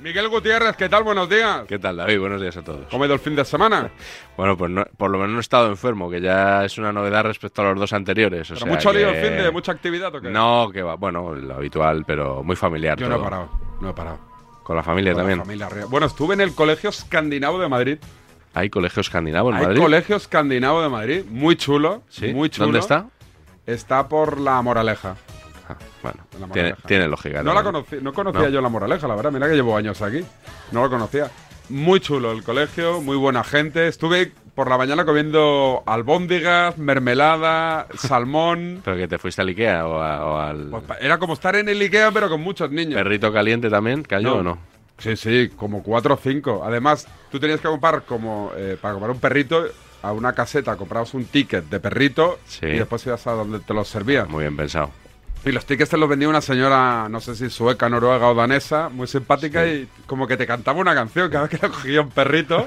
Miguel Gutiérrez, ¿qué tal? Buenos días. ¿Qué tal, David? Buenos días a todos. ¿Cómo ha ido el fin de semana? Bueno, pues no- por lo menos no he estado enfermo, que ya es una novedad respecto a los dos anteriores. o Pero sea mucho lío que- el fin de mucha actividad o qué? No, que va. Bueno, lo habitual, pero muy familiar. Yo no he todo. parado, no he parado. Con la familia Con la también. familia arriba. bueno, estuve en el Colegio Escandinavo de Madrid. Hay colegio escandinavo en Hay Madrid. Colegio Escandinavo de Madrid, muy chulo, ¿Sí? muy chulo. ¿Dónde está? Está por La Moraleja. Ah, bueno, En La tiene, Moraleja. tiene lógica. No la también. conocí, no conocía No. yo La Moraleja, la verdad, mira que llevo años aquí. No lo conocía. Muy chulo el colegio, muy buena gente. Estuve por la mañana comiendo albóndigas, mermelada, salmón. Pero que te fuiste al Ikea o, a- o al Pues pa- Era como estar en el Ikea, pero con muchos niños. perrito caliente también. ¿Cayó No. o no? Sí, sí, como cuatro o cinco. Además, tú tenías que comprar como eh, para comprar un perrito a una caseta, comprabas un ticket de perrito Sí. y después ibas a donde te los servían. Muy bien pensado. Y los tickets te los vendía una señora, no sé si sueca, noruega o danesa, muy simpática y como que te cantaba una canción cada vez que la cogía un perrito.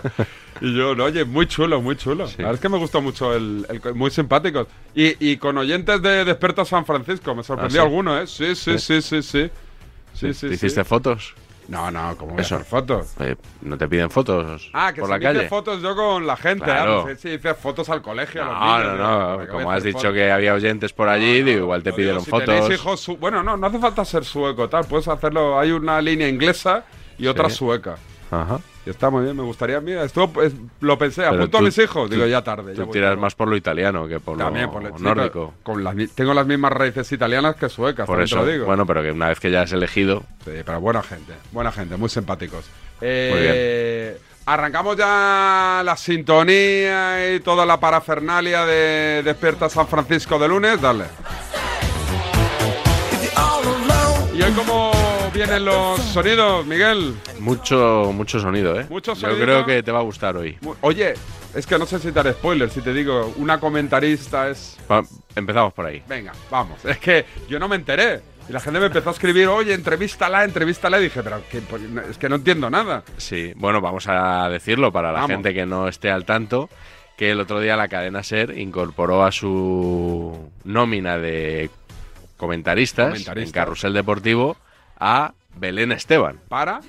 y yo, no, oye, muy chulo, muy chulo. La verdad es que me gustó mucho, el, el co- muy simpáticos. Y, y con oyentes de Desperta San Francisco, me sorprendió ¿Ah, ¿sí? alguno, ¿eh? Sí, sí, sí, sí, sí. Sí, sí, ¿Te sí. hiciste fotos? No, no, como voy a Eso. hacer fotos. Eh, ¿No te piden fotos Ah, que por si la me hice calle? fotos yo con la gente, Claro. ah, pues, sí, hice fotos al colegio. a los No, niños, no, digo, ¿para no. qué voy a Como hacer has dicho fotos? que había oyentes por allí, digo, igual te Lo pidieron digo, si tenéis fotos. hijos su- bueno, no, no hace falta ser sueco, tal. Puedes hacerlo. Hay una línea inglesa y otra Sí. sueca. Ajá. Y está muy bien, me gustaría. Mira, esto pues, lo pensé, Pero apunto a tú- mis hijos. Digo, tú- ya tarde. ya Tú voy tiras tarde. más por lo italiano que por También, lo por el- sí, nórdico. pero con las mi- tengo las mismas raíces italianas que suecas, Por también eso, te lo digo. bueno, pero que una vez que ya has elegido, Sí, pero buena gente, buena gente, muy simpáticos. Muy bien. Eh, Arrancamos ya la sintonía y toda la parafernalia de Despierta San Francisco de lunes. Dale. ¿Y hoy cómo vienen los sonidos, Miguel? mucho mucho sonido, ¿eh? Mucho Yo sonido. creo que te va a gustar hoy. Mu- Oye, es que no sé si te haré spoiler, si te digo, una comentarista es... Va- empezamos por ahí. Venga, vamos. Es que yo no me enteré. Y la gente me empezó a escribir, oye, entrevístala, entrevístala. Y dije, pero que- pues, no- es que no entiendo nada. Sí, bueno, vamos a decirlo para la Vamos. gente que no esté al tanto, que el otro día la cadena SER incorporó a su nómina de comentaristas, en Comentaristas. Carrusel Deportivo a Belén Esteban. ¿Para?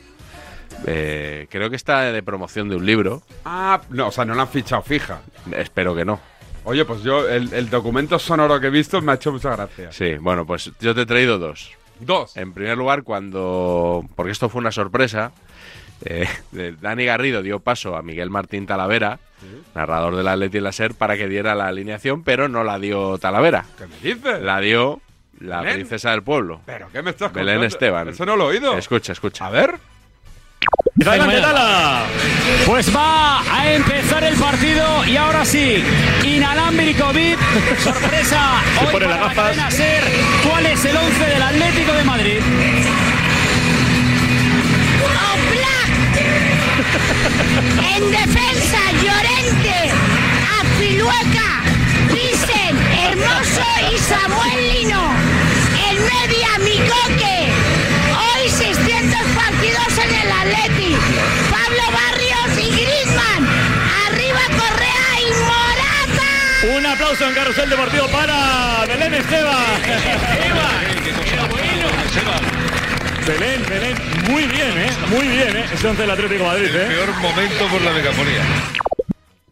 Eh, creo que está de promoción de un libro, Ah, no, o sea, no la han fichado fija. espero que no. Oye, pues yo, el, el documento sonoro que he visto me ha hecho mucha gracia. Sí, bueno, pues yo te he traído dos. Dos. En primer lugar, cuando. Porque esto fue una sorpresa. eh, de- Dani Garrido dio paso a Miguel Martín Talavera, narrador del Atleti en la SER, para que diera la alineación, pero no la dio Talavera. ¿Qué me dices? La dio la Belén. princesa del pueblo. ¿Pero qué me estás contando? Belén Esteban. Eso no lo he oído. Escucha, A escucha. ver. ¡Adelante, Tala! Pues va a empezar el partido y ahora sí, inalámbrico VIP, sorpresa, hoy pone para las la gafas. cadena SER, ¿cuál es el 11 del Atlético de Madrid? Oblak. En defensa, Llorente, Apilueca, Pisen, Hermoso y Samuel Lino. En media, Micoque. Hoy 600 partidos en el Atleti. Pablo Barrios y Griezmann. Arriba Correa y Morata. Un aplauso en Carrusel Deportivo para Belén Esteban. Belén, Belén, muy bien, ¿eh? Muy bien, ¿eh? Es 11 del Atlético de Madrid, ¿eh? Peor momento por la megafonía.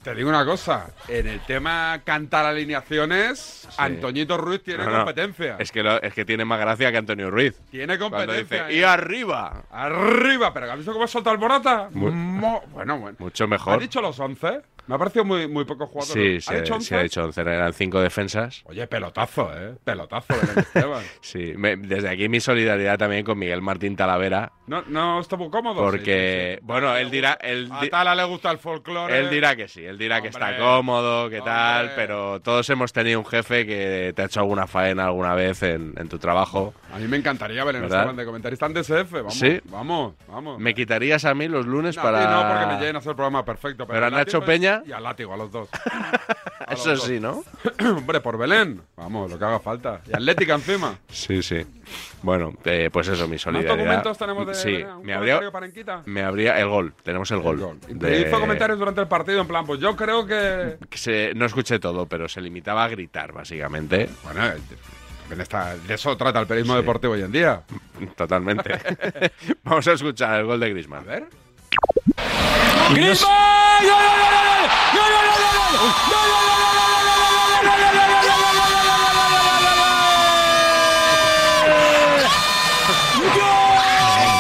Te digo una cosa. En el tema cantar alineaciones, Antoñito Ruiz tiene No, no, competencia. Es que, lo- es que tiene más gracia que Antonio Ruiz. Tiene Cuando competencia. dice, ¿eh? ¡y arriba! Arriba, pero ¿has visto cómo ha soltado el Morata? Mo- bueno, bueno. Mucho ¿Has mejor. Mm. dicho los 11? Me ha parecido muy, muy poco jugador. Sí, ¿Ha se, dicho se 11? ha dicho 11. Eran cinco defensas. Oye, pelotazo, ¿eh? Pelotazo, Belén Esteban. Sí, me- desde aquí mi solidaridad también con Miguel Martín Talavera, No, no está muy cómodo. sí, porque, sí, sí. bueno, él dirá, él, A di- Tala le gusta el folclore. él dirá que sí, él dirá que está Hombre. cómodo, que Hombre. tal, pero todos hemos tenido un jefe que te ha hecho alguna faena alguna vez en, en tu trabajo. A mí me encantaría ver en ¿Verdad? Esteban de comentarista en DSF. Vamos, Sí. vamos, vamos. ¿Me quitarías a mí los lunes No, a para...? ti no, porque me lleguen a hacer el programa perfecto. Pero a al Nacho látigo Peña- Y al látigo, a los dos. a los Eso dos. sí, ¿no? Hombre, por Belén. Vamos, lo que haga falta. Y Atlética Eh. encima. Sí, sí. Bueno, eh, pues eso, mi ¿Más solidaridad. documentos tenemos de Sí, Belén? ¿Un me comentario habría, para Enquita? me habría... El gol, tenemos el gol. Y de- Hizo comentarios durante el partido en plan, pues yo creo que... que se- no escuché todo, pero se limitaba a gritar, básicamente. Bueno, eh, también está, de eso trata el periodismo deportivo hoy en día. Totalmente. Vamos a escuchar el gol de Griezmann. ver. ¡Griezmann! ¡Gol, gol, gol, gol, gol! ¡Gol, gol, gol, gol! ¡Gol, gol, gol, gol, gol, gol, gol, gol, gol, gol, gol, gol, gol, gol, gol, gol, gol, gol, gol!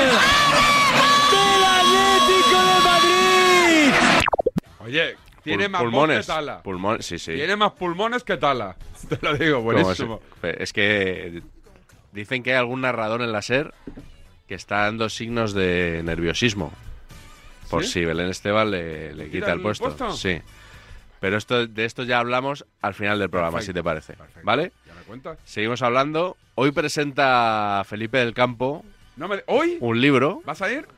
¡Gol! ¡Del Atlético de Madrid! Oye, tiene Pul- más voz pulmones. que Tala. Pulmon- sí, sí. Tiene más pulmones que Tala. Te lo digo, Como buenísimo. ese- Es que dicen que hay algún narrador en la SER que está dando signos de nerviosismo. Por ¿Sí? si Belén Esteban le, le quita el el puesto. puesto? Sí. Pero esto, de esto ya hablamos al final del programa, Perfecto, si te parece. perfecto. ¿Vale? ¿Ya me cuentas? Seguimos hablando. Hoy presenta Felipe del Campo No me- ¿Hoy? un libro. ¿Vas a ir?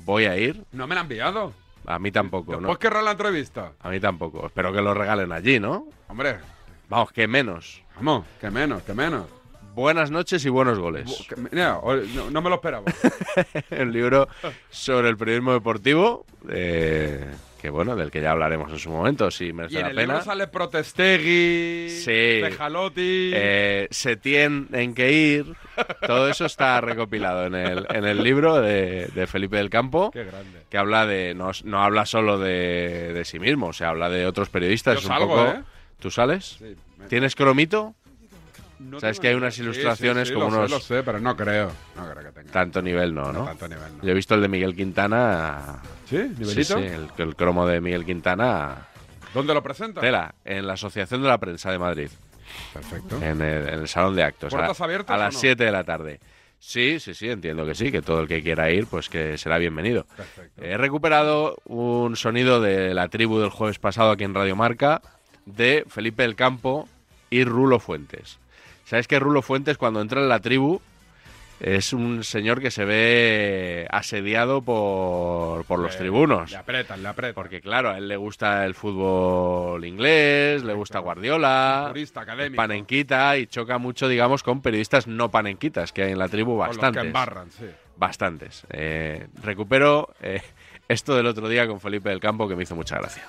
Voy a ir. No me la han enviado. A mí tampoco, Después ¿no? querrá Pues la entrevista. A mí tampoco. Espero que lo regalen allí, ¿no? Hombre, Vamos, que menos. vamos, que menos, que menos. Buenas noches y buenos goles. Que- mira, hoy- no, no me lo esperaba. el libro sobre el periodismo deportivo, eh, que bueno, del que ya hablaremos en su momento, si y merece en la el libro pena. sale Protestegui, Sí. Pejalotti. Eh, se tienen en que ir. Todo eso está recopilado en el, en el libro de, de Felipe del Campo, Qué grande. que habla de no, no habla solo de, de sí mismo, o sea, habla de otros periodistas. Yo es un salgo, poco- ¿eh? ¿Tú sales? Sí, me- ¿Tienes cromito? no sabes tengo que hay ni- unas sí, ilustraciones sí, sí, como lo unos- Sé, lo sé, pero no creo. No creo que tenga Tanto nivel no, ¿no? tanto nivel. ¿no? Yo he visto el de Miguel Quintana. ¿Sí? Sí, sí, ¿Nivelito? el, el cromo de Miguel Quintana. ¿Dónde lo presenta? Tela, en la Asociación de la Prensa de Madrid, Perfecto. en el, en el Salón de Actos. ¿Puertas a, abiertas A o las no? 7 de la tarde. Sí, sí, sí, entiendo que sí, que todo el que quiera ir, pues que será bienvenido. Perfecto. He recuperado un sonido de la tribu del jueves pasado aquí en Radio Marca de Felipe del Campo y Rulo Fuentes. ¿Sabes que Rulo Fuentes cuando entra en la tribu es un señor que se ve asediado por, por los Eh, tribunos? Le apretan, le apretan. Porque claro, a él le gusta el fútbol inglés, le gusta Guardiola, Turista académico. panenquita y choca mucho, digamos, con periodistas no panenquitas que hay en la tribu Con los que bastantes. embarran, sí. Bastantes. Eh, recupero eh, esto del otro día con Felipe del Campo que me hizo mucha gracia.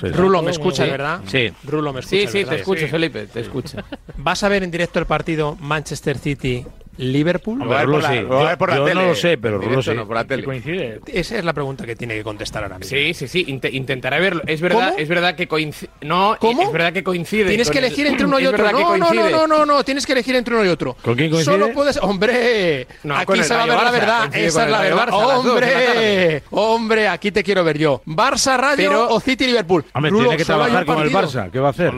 Rulo, me escucha, ¿verdad? Sí. Rulo, me Sí, escucha. sí, te escucho, Felipe, te escucho. ¿Vas a ver en directo el partido Manchester City-Liverpool? Hombre, Rulo sí. lo va a ver por la yo tele. no lo sé, pero Rulo Directo, sí. no, por la tele. coincide? Esa es la pregunta que tiene que contestar ahora mismo. Sí, sí, sí, inte- intentaré verlo. Es verdad, ¿Cómo? es verdad que coincide. No, ¿Cómo? es verdad que coincide. Tienes con que el- elegir entre uno y es otro. verdad que No, no, no, coincide. no, no, no. Tienes que elegir entre uno y otro. ¿Con quién coincide? Solo puedes. ¡Hombre! No, con aquí el se va a ver Rayo la Barça, verdad. coincide Esa con es el la Rayo verdad. Barça, las dos de la ¡Hombre! tarde. ¡Hombre! Aquí te quiero ver yo. Barça, Rayo Pero- o City Liverpool. Hombre, Rulo, tiene que solo hay un trabajar con el partido. Barça. ¿Qué va a hacer?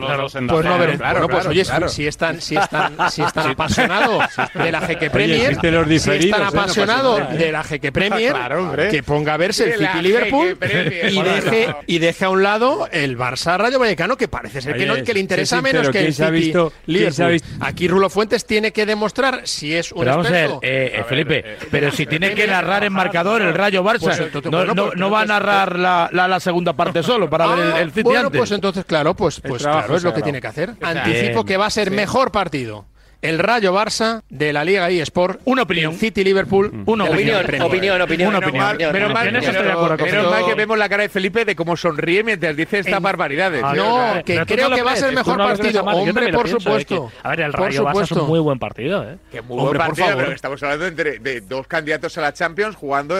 Pues no veremos. Claro, bueno, pues claro, oye, claro. si están, si están, si están apasionados de la Jeque Premier, existen los si diferidos, están ¿eh? No pasa apasionados nada, ¿eh? de la Jeque Premier, Claro, hombre. que ponga a verse el De la City Liverpool Jeque Premier. y Bueno, deje, no. y deje a un lado el Barça Rayo Vallecano, que parece ser que, Oye, no, que le interesa sé sincero, menos que el ¿quién se ha City visto- quién se ha Liverpool. visto- Aquí Rulo Fuentes tiene que demostrar si es un Pero vamos a ver, experto. eh, eh, Felipe, pero si tiene que narrar en marcador el Rayo Barça, eh, Pues entonces, no, bueno, no- pues no va a narrar la, la, la segunda parte solo para ver el, Ah, el City bueno, antes. pues entonces, claro, pues, pues trabajo claro, es lo sagrado. que tiene que hacer. sea, Anticipo bien, que va a ser mejor partido. El Rayo Barça de la Liga eSport. Una opinión. City Liverpool. Una de la opinión, Premier. opinión, opinión. Una opinión. Menos mal- En eso estoy de Pero- acuerdo menos contigo. mal que vemos la cara de Felipe de cómo sonríe mientras dice estas En- barbaridades. A ver, No, no, que pero tú creo no lo que va a ser crees, tú mejor no lo crees, partido. Amaro, yo Hombre, también lo por pienso, ¿eh? supuesto. Que, a ver, el Por Rayo Barça es supuesto. un muy buen partido, ¿eh? que muy Hombre, buen por partido, favor. pero que estamos hablando entre, de dos candidatos a la Champions jugando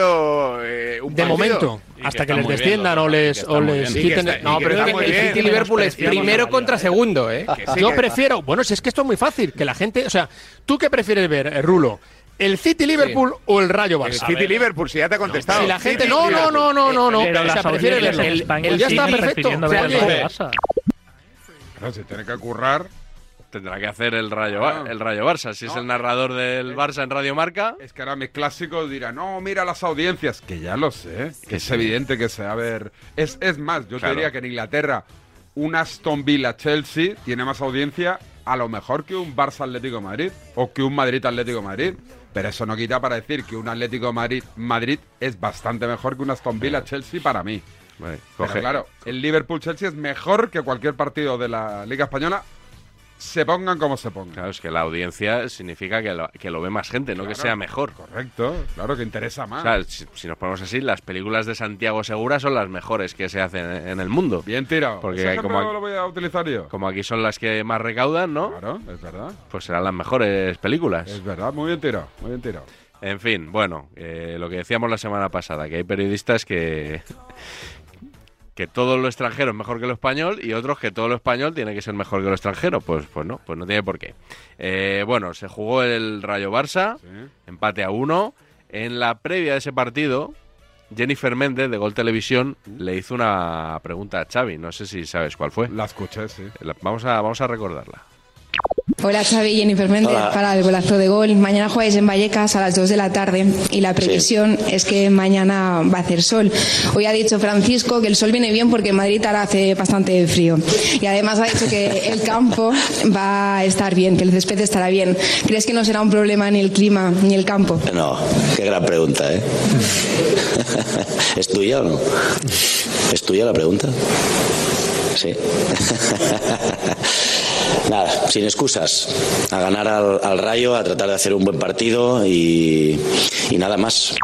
eh, un De partido. momento, hasta que, les desciendan o les, o les Sí, que quiten. está- no, y que pero está es que muy el bien. City Liverpool es Menospreciamos primero. Primero contra segundo, ¿eh? Que sí, Yo que- prefiero. Bueno, si es que esto es muy fácil, que la gente. O sea, ¿tú qué prefieres ver, eh, Rulo? ¿El City Liverpool o el Rayo El Barça? City Liverpool, si ya te ha contestado. Si la gente. City No, no, Liverpool. no, no, no. no. Pero O sea, las prefiere audiencias verlo. en España Pues ya está siguen perfecto. prefiriendo O sea, ver al oye, Rayo Barça. Claro, si tiene que currar. Ah. Tendrá que hacer el Rayo, Ba- Claro. el Rayo Barça, si es el narrador Eh. del Barça en Radio Marca. Es que ahora mis clásicos dirán, no, mira las audiencias, que ya lo sé, que es sí. evidente que se va a ver. Es, es más, yo Claro. te diría que en Inglaterra un Aston Villa Chelsea tiene más audiencia a lo mejor que un Barça Atlético de Madrid o que un Madrid Atlético de Madrid. Pero eso no quita para decir que un Atlético de Madrid, Madrid es bastante mejor que un Aston Villa Chelsea para mí. Vale, Pero coge- claro, el Liverpool Chelsea es mejor que cualquier partido de la Liga Española se pongan como se pongan. Claro, es que la audiencia significa que lo, que lo ve más gente, no que Claro, sea mejor. Correcto, claro que interesa más. O sea, si, si nos ponemos así, las películas de Santiago Segura son las mejores que se hacen en el mundo. Bien tirado. Porque Ese ejemplo como- lo voy a utilizar yo. Como aquí son las que más recaudan, ¿no? Claro, es verdad. Pues serán las mejores películas. Es verdad, muy bien tirado, muy bien tirado. En fin, bueno, eh, lo que decíamos la semana pasada, que hay periodistas que que todo lo extranjero es mejor que lo español y otros que todo lo español tiene que ser mejor que lo extranjero. Pues, pues no, pues no tiene por qué. Eh, bueno, se jugó el Rayo Barça, empate a uno. En la previa de ese partido, Jennifer Méndez de Gol Televisión le hizo una pregunta a Xavi. No sé si sabes cuál fue. La escuché, sí. La- Vamos a, vamos a recordarla. Hola Xavi y Jennifer Méndez Hola. para el golazo de gol. Mañana jugáis en Vallecas a las 2 de la tarde y la previsión es que mañana va a hacer sol. Hoy ha dicho Francisco que el sol viene bien porque en Madrid ahora hace bastante frío. Y además ha dicho que el campo va a estar bien, que el césped estará bien. ¿Crees que no será un problema ni el clima ni el campo? No, qué gran pregunta, ¿eh? ¿Es tuya o no? ¿Es tuya la pregunta? Sí. Nada, sin excusas. A ganar al, al rayo, a tratar de hacer un buen partido y, y nada más.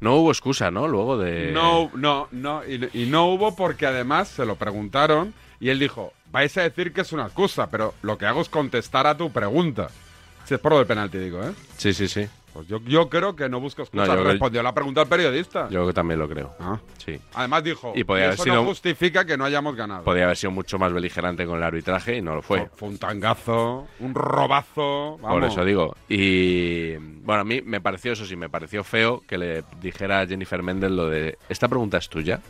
No hubo excusa, ¿no? Luego de... No, no, no. Y, y no hubo porque además se lo preguntaron y él dijo, vais a decir que es una excusa, pero lo que hago es contestar a tu pregunta. Si es por lo del penalti, digo, ¿eh? Sí, sí, sí. Pues yo, yo creo que no busco excusa. No, yo- Respondió la pregunta al periodista. Yo también lo creo. Sí. Además dijo, Y podía haber eso sido- no justifica que no hayamos ganado. Podría haber sido mucho más beligerante con el arbitraje y no lo fue. Fue un tangazo, un robazo. Vamos. Por eso digo. Y bueno, a mí me pareció eso sí, me pareció feo que le dijera a Jennifer Méndez lo de esta pregunta es tuya.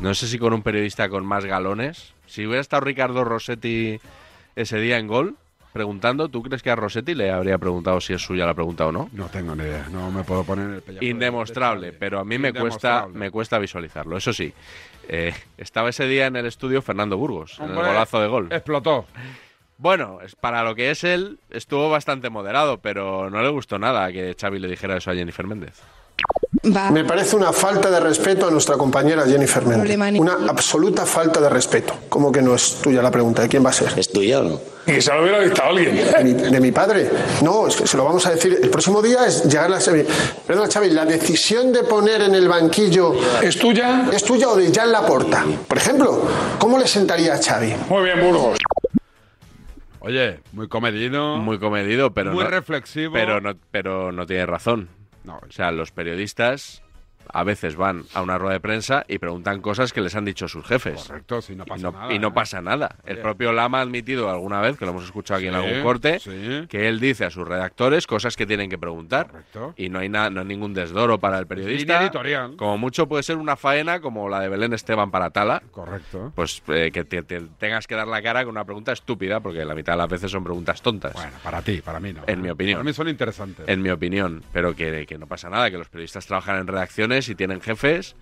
No sé si con un periodista con más galones. Si hubiera estado Ricardo Rossetti ese día en gol preguntando, ¿tú crees que a Rossetti le habría preguntado si es suya la pregunta o no? No tengo ni idea, no me puedo poner en el pellejo. Indemostrable, pero a mí me cuesta, me cuesta visualizarlo. Eso sí, eh, estaba ese día en el estudio Fernando Burgos, en Hombre, el golazo de gol. Explotó. Bueno, es- para lo que es él, estuvo bastante moderado, pero no le gustó nada que Xavi le dijera eso a Jennifer Méndez. Me parece una falta de respeto a nuestra compañera Jennifer Méndez. Una absoluta falta de respeto. ¿Cómo que no es tuya la pregunta? ¿De quién va a ser? ¿Es tuya o no? Quizá lo hubiera dictado alguien. ¿De mi, de mi padre? No, es que se lo vamos a decir. El próximo día es llegar a la semi. Perdona, Xavi, la decisión de poner en el banquillo. ¿Es tuya? ¿Es tuya o de Jan Laporta? Por ejemplo, ¿cómo le sentaría a Xavi? Muy bien, Burgos. Oye, muy comedido. Muy comedido, pero Muy no, reflexivo. Pero no, pero no tiene razón. O sea, los periodistas a veces van a una rueda de prensa y preguntan cosas que les han dicho sus jefes. Correcto, si no pasa y no, nada. y no ¿eh? pasa nada. El Oye. propio Lama ha admitido alguna vez, que lo hemos escuchado aquí en Sí, algún corte, sí. que él dice a sus redactores cosas que tienen que preguntar. Correcto. Y no hay, nada no hay ningún desdoro para el periodista. Línea editorial. Como mucho puede ser una faena como la de Belén Esteban para Tala. Correcto. Pues eh, que te, te tengas que dar la cara con una pregunta estúpida, porque la mitad de las veces son preguntas tontas. Bueno, para ti, para mí no. En mi opinión. Para mí son interesantes. En mi opinión, pero que, que no pasa nada, que los periodistas trabajan en redacciones y tienen jefes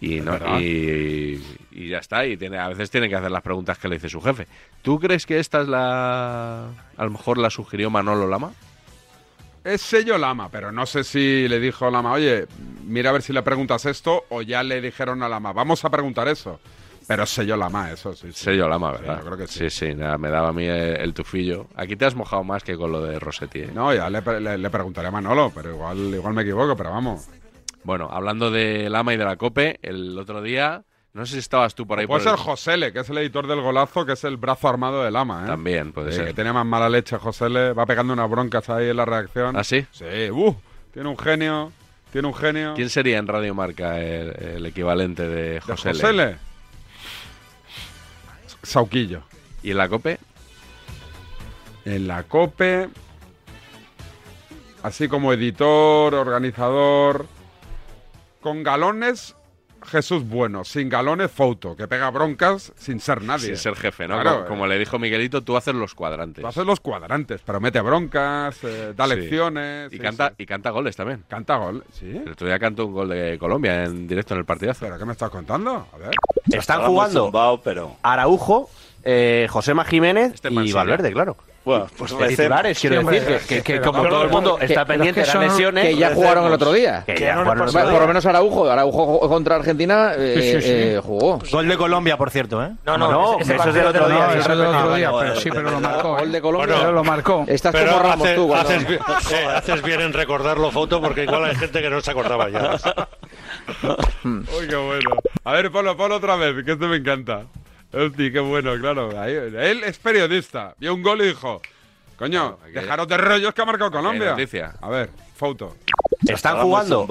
y, no- verdad. y, y ya está, y tiene, a veces tienen que hacer las preguntas que le dice su jefe. ¿Tú crees que esta es la... a lo mejor la sugirió Manolo Lama? Es sello Lama, pero no sé si le dijo Lama, oye, mira a ver si le preguntas esto o ya le dijeron a Lama, vamos a preguntar eso. Pero es sello Lama, eso sí. sí. Sello Lama, ¿verdad? yo creo que sí. sí, nada, me daba a mí eh, el tufillo. Aquí te has mojado más que con lo de Rossetti. ¿eh? No, ya le, pre- le- le preguntaré a Manolo, pero igual, igual me equivoco, pero vamos. Bueno, hablando de Lama y de la COPE, el otro día, no sé si estabas tú por ahí. Puede por ser el- Josele, que es el editor del golazo, que es el brazo armado de Lama, ¿eh? También puede Sí, ser. Que tiene más mala leche Josele, va pegando unas broncas ahí en la reacción. ¿Ah, sí? Sí, uh, tiene un genio, tiene un genio. ¿Quién sería en Radio Marca el, el equivalente de José, L? Josele. Sauquillo. ¿Y en la COPE? En la COPE, así como editor, organizador, con galones, Jesús Bueno, sin galones, Fouto, que pega broncas sin ser nadie. Sin ser jefe, ¿no? Claro, eh. como, como le dijo Miguelito, tú haces los cuadrantes. Tú haces los cuadrantes, pero mete broncas, eh, da Sí. lecciones. Y sí, canta, sí. y canta goles también. Canta gol, sí. El otro día cantó un gol de Colombia en directo en el partidazo. ¿Pero qué me estás contando? A ver. Están jugando Araujo, eh, Josema Jiménez y Mancini. Valverde, claro. Bueno, pues De parece- titulares, quiero Sí, hombre, decir, que, que- que como pero todo el no, mundo que- está pero pendiente es que de las son- lesiones. pues que ya jugaron pues, el otro día. Que Que no ya le jugaron el pasa otro nada. día. Por lo menos Araujo. Araujo jugó contra Argentina eh, Sí, sí, sí. eh, jugó. Gol de Colombia, por cierto, ¿eh? No, no, ese- ese eso es del partido otro no, día. eso es del otro día, vale, pero vale. sí, pero lo marcó. ¿eh? Gol de Colombia. Bueno, lo marcó. Estás Pero como Ramos haces- tú, Guardado. haces, bien- eh, haces bien en recordarlo, Foto, porque igual hay gente que no se acordaba ya. Uy, qué bueno. A ver, Pablo, Pablo otra vez, que esto me encanta. Hostia, qué bueno, claro. Ahí- él es periodista. Vio un gol y dijo: Coño, dejaros de rollos que ha marcado Colombia. noticia. A ver, foto. Están jugando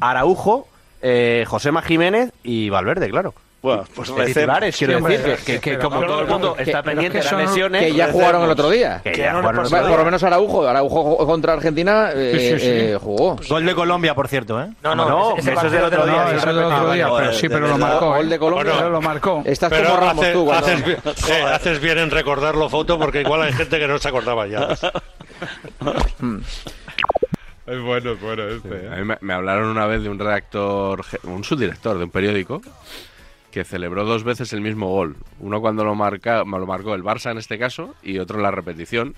Araujo, eh, Josema Jiménez y Valverde, claro. Bueno, pues pues de parece- titulares, Sí, quiero hombre, decir, que, que- que pero como vamos, todo el mundo que- está pero pendiente es de que las son- lesiones. pues Que ya jugaron el otro día. Que ya jugaron el Bueno, otro Por día. lo menos Araujo. Araujo jugó contra Argentina eh, Sí, sí, sí. eh, jugó. Gol de Colombia, por cierto, ¿eh? Ah, No, no, ese- ese eso es del otro partido día. no, eso es del Ah, otro día, vale, pero sí, de pero lo verdad. marcó. Gol de Colombia, ¿eh? Bueno. lo marcó. Estás Pero como Ramos haces, tú, Guardado. haces bien- eh, haces bien en recordarlo, Foto, porque igual hay gente que no se acordaba ya. Es bueno, es bueno este. A mí me, me hablaron una vez de un redactor, je- un subdirector de un periódico que celebró dos veces el mismo gol. Uno cuando lo, marca, lo marcó el Barça en este caso y otro en la repetición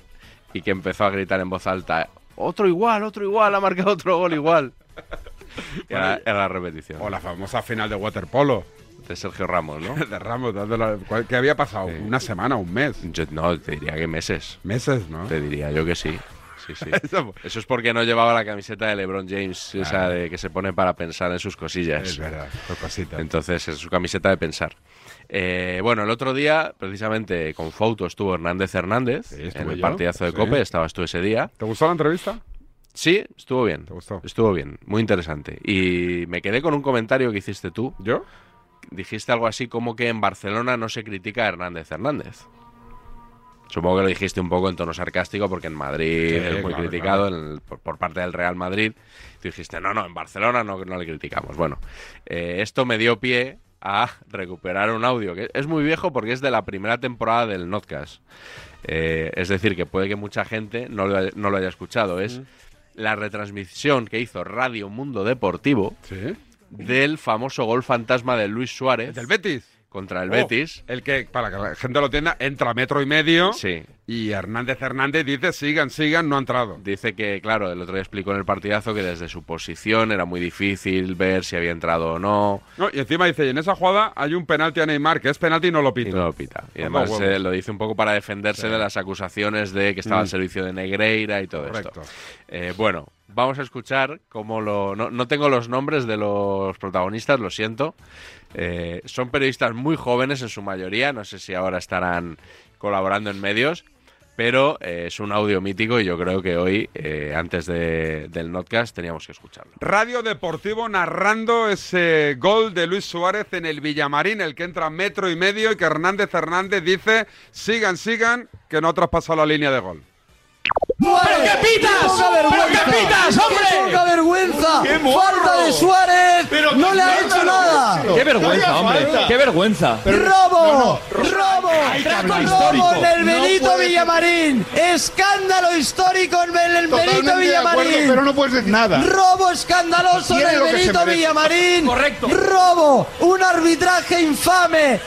y que empezó a gritar en voz alta. Otro igual, otro igual, ha marcado otro gol igual. Era, era la repetición. Eh, O la famosa final de waterpolo. De Sergio Ramos, ¿no? De Ramos, dándole- ¿cuál- ¿qué había pasado? ¿Una semana, un mes? Yo, no, te diría que meses. Meses, ¿no? Te diría yo que sí. Sí, sí. Eso- Ah. Eso es porque no llevaba la camiseta de LeBron James, esa de que se pone para pensar en sus cosillas. Es verdad, por cositas. Entonces es su camiseta de pensar. Eh, bueno, el otro día, precisamente con Fouto, estuvo Hernández Hernández en estuve el yo, partidazo de sí. Cope, estabas tú ese día. ¿Te gustó la entrevista? Sí, estuvo bien. Estuvo bien, muy interesante. Y me quedé con un comentario que hiciste tú. ¿Yo? Dijiste algo así como que en Barcelona no se critica a Hernández Hernández. Supongo que lo dijiste un poco en tono sarcástico porque en Madrid Sí, es muy claro, criticado claro. en el- por, por parte del Real Madrid. Tú dijiste, no, no, en Barcelona no, no le criticamos. Bueno, eh, esto me dio pie a recuperar un audio que es muy viejo porque es de la primera temporada del Notcast. Eh, es decir, que puede que mucha gente no lo, haya- no lo haya escuchado. Es la retransmisión que hizo Radio Mundo Deportivo del famoso gol fantasma de Luis Suárez. ¿Del Betis? Contra el Oh, Betis. El que, para que la gente lo entienda, entra metro y medio. Sí. Y Hernández Hernández dice, sigan, sigan, no ha entrado. Dice que, claro, el otro día explicó en el partidazo que desde su posición era muy difícil ver si había entrado o no. No, y encima dice, y en esa jugada Ah, hay un penalti a Neymar, que es penalti y no lo pita. no lo pita. Y Toma además huevos. eh, lo dice un poco para defenderse de las acusaciones de que estaba Mm. al servicio de Negreira y todo Correcto. esto. Eh, bueno, vamos a escuchar cómo lo... No, no tengo los nombres de los protagonistas, lo siento. Eh, son periodistas muy jóvenes en su mayoría, no sé si ahora estarán colaborando en medios, pero eh, es un audio mítico y yo creo que hoy, eh, antes de- del podcast, teníamos que escucharlo. Radio Deportivo narrando ese gol de Luis Suárez en el Villamarín, el que entra metro y medio y que Hernández Hernández dice, sigan, sigan, que no ha traspasado la línea de gol. ¡Pero qué pitas! ¡Pero qué pitas, hombre! ¡Qué poca vergüenza! ¡Qué morro! ¡Falta de Suárez! Pero ¡No qué le ha escándalo, hecho nada! qué vergüenza, No había hombre, falta. qué vergüenza. ¡Robo! ¡Robo! que hablar ¡Robo en histórico. el No Benito puede ser. Villamarín! ¡Escándalo histórico en el Benito Totalmente de acuerdo, Villamarín! pero no puedes decir nada. ¡Robo escandaloso en Tiene el lo que se Benito merece. Villamarín! Correcto. ¡Robo! ¡Un arbitraje infame!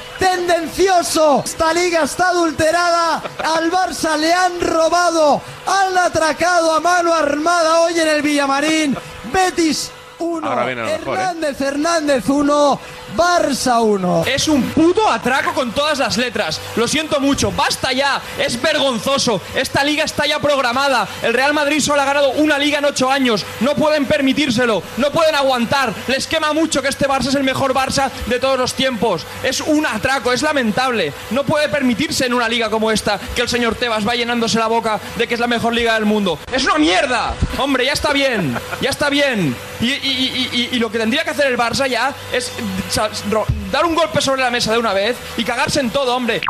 ¡Tendencioso! Esta liga está adulterada. Al Barça le han robado. Han atracado a mano armada hoy en el Villamarín. Betis 1. Ahora viene lo mejor, ¿eh? Hernández Hernández 1. Barça 1. Es un puto atraco con todas las letras. Lo siento mucho, basta ya. Es vergonzoso. Esta liga está ya programada. El Real Madrid solo ha ganado una liga en ocho años. No pueden permitírselo. No pueden aguantar. Les quema mucho que este Barça es el mejor Barça de todos los tiempos. Es un atraco, es lamentable. No puede permitirse en una liga como esta que el señor Tebas va llenándose la boca de que es la mejor liga del mundo. ¡Es una mierda! Hombre, ya está bien. Ya está bien. Y, y- y- y- y lo que tendría que hacer el Barça ya es sa- ro- dar un golpe sobre la mesa de una vez y cagarse en todo, hombre.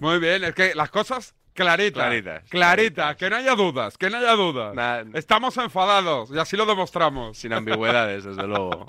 Muy bien, es que las cosas claritas. Claritas. Claritas, que no haya dudas, que no haya dudas. Estamos enfadados y así lo demostramos. Sin ambigüedades, desde luego.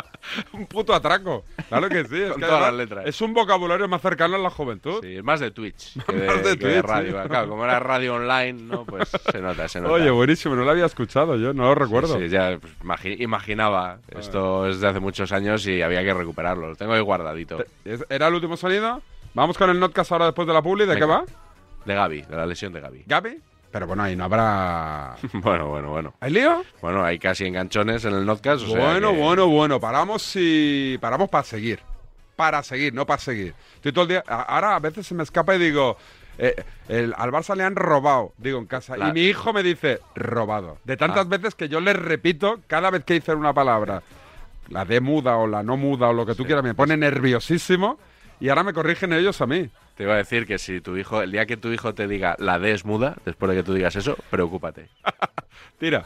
un puto atraco. Claro que sí. es Con que todas además las letras. Es un vocabulario más cercano a la juventud. Sí, es más de Twitch. Que de, Más de que de Twitch, radio. sí. Claro, como era radio online, ¿no? Pues se nota, se nota. Oye, buenísimo, no lo había escuchado yo, no lo recuerdo. Ah. Sí, sí, ya pues, imagi- imaginaba. Esto es de hace muchos años y había que recuperarlo. Lo tengo ahí guardadito. ¿Es- ¿Era el último sonido? Vamos con el notcast ahora después de la publi. ¿De qué va? De Gaby, de la lesión de Gaby. ¿Gaby? Pero bueno, ahí no habrá. bueno, bueno, bueno. ¿Hay lío? Bueno, hay casi enganchones en el notcast. o sea bueno, que- bueno, bueno. Paramos y. Paramos para seguir. Para seguir, no para seguir. Estoy todo el día. a- Ahora a veces se me escapa y digo. eh, el- al Barça le han robado, digo en casa. La- Y mi hijo me dice, robado. De tantas veces que yo le repito cada vez que dicen una palabra, la de muda o la no muda o lo que tú quieras, me pone nerviosísimo y ahora me corrigen ellos a mí. Te iba a decir que si tu hijo, el día que tu hijo te diga la D es muda, después de que tú digas eso, preocúpate. Tira.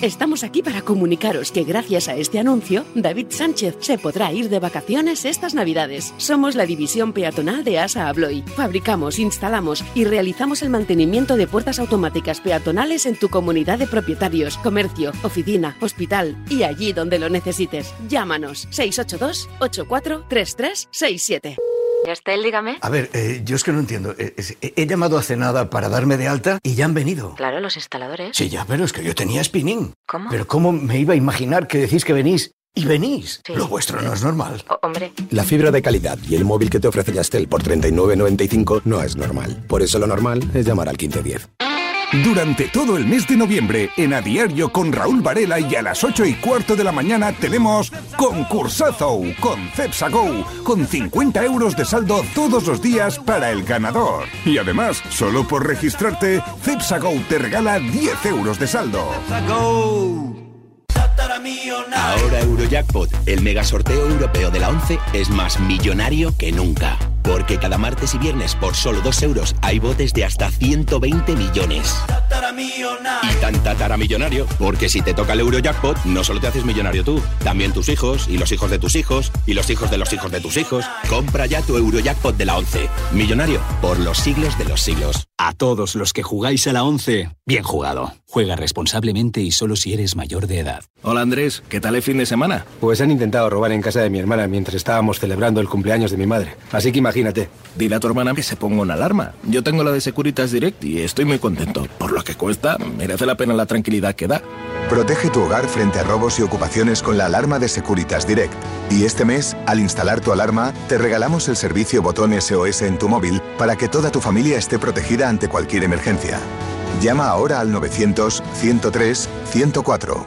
Estamos aquí para comunicaros que gracias a este anuncio, David Sánchez se podrá ir de vacaciones estas Navidades. Somos la división peatonal de Asa Abloy. Fabricamos, instalamos y realizamos el mantenimiento de puertas automáticas peatonales en tu comunidad de propietarios, comercio, oficina, hospital y allí donde lo necesites. Llámanos 682 843367. Estel, dígame. A ver, eh, yo es que no entiendo. Eh, es- eh, he llamado hace nada para darme de alta y ya han venido. Claro, los instaladores. Sí, ya, pero es que yo tenía spinning. ¿Cómo? Pero ¿cómo me iba a imaginar que decís que venís? Y venís. Lo vuestro no es normal. hombre. La fibra de calidad y el móvil que te ofrece Yastel por 39.95 no es normal. Por eso lo normal es llamar al 1510. Durante todo el mes de noviembre, en A Diario con Raúl Varela y a las 8 y cuarto de la mañana tenemos Concursazo con CepsaGo, con 50 euros de saldo todos los días para el ganador. Y además, solo por registrarte, CepsaGo te regala 10 euros de saldo. Ahora Eurojackpot, el mega sorteo europeo de la 11, es más millonario que nunca. Porque cada martes y viernes por solo 2 euros hay botes de hasta 120 millones. Y tan tatara millonario, porque si te toca el Eurojackpot, no solo te haces millonario tú, también tus hijos, y los hijos de tus hijos, y los hijos de los hijos de tus hijos. Compra ya tu Eurojackpot de la 11. Millonario, por los siglos de los siglos. A todos los que jugáis a la 11, bien jugado. Juega responsablemente y solo si eres mayor de edad. Hola Andrés, ¿qué tal el fin de semana? Pues han intentado robar en casa de mi hermana mientras estábamos celebrando el cumpleaños de mi madre. Así que imagínate. Dile a tu hermana que se ponga una alarma. Yo tengo la de Securitas Direct y estoy muy contento. Por lo que cuesta, merece la pena la tranquilidad que da. Protege tu hogar frente a robos y ocupaciones con la alarma de Securitas Direct. Y este mes, al instalar tu alarma, te regalamos el servicio botón SOS en tu móvil para que toda tu familia esté protegida ante cualquier emergencia. Llama ahora al 900-103-104.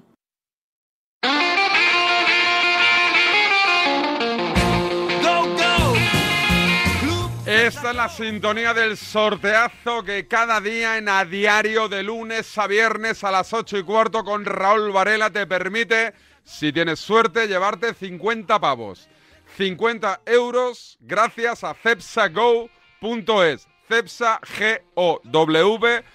Esta es la sintonía del sorteazo que cada día en a diario de lunes a viernes a las 8 y cuarto con Raúl Varela te permite, si tienes suerte, llevarte 50 pavos. 50 euros gracias a cepsago.es. Cepsagow.es.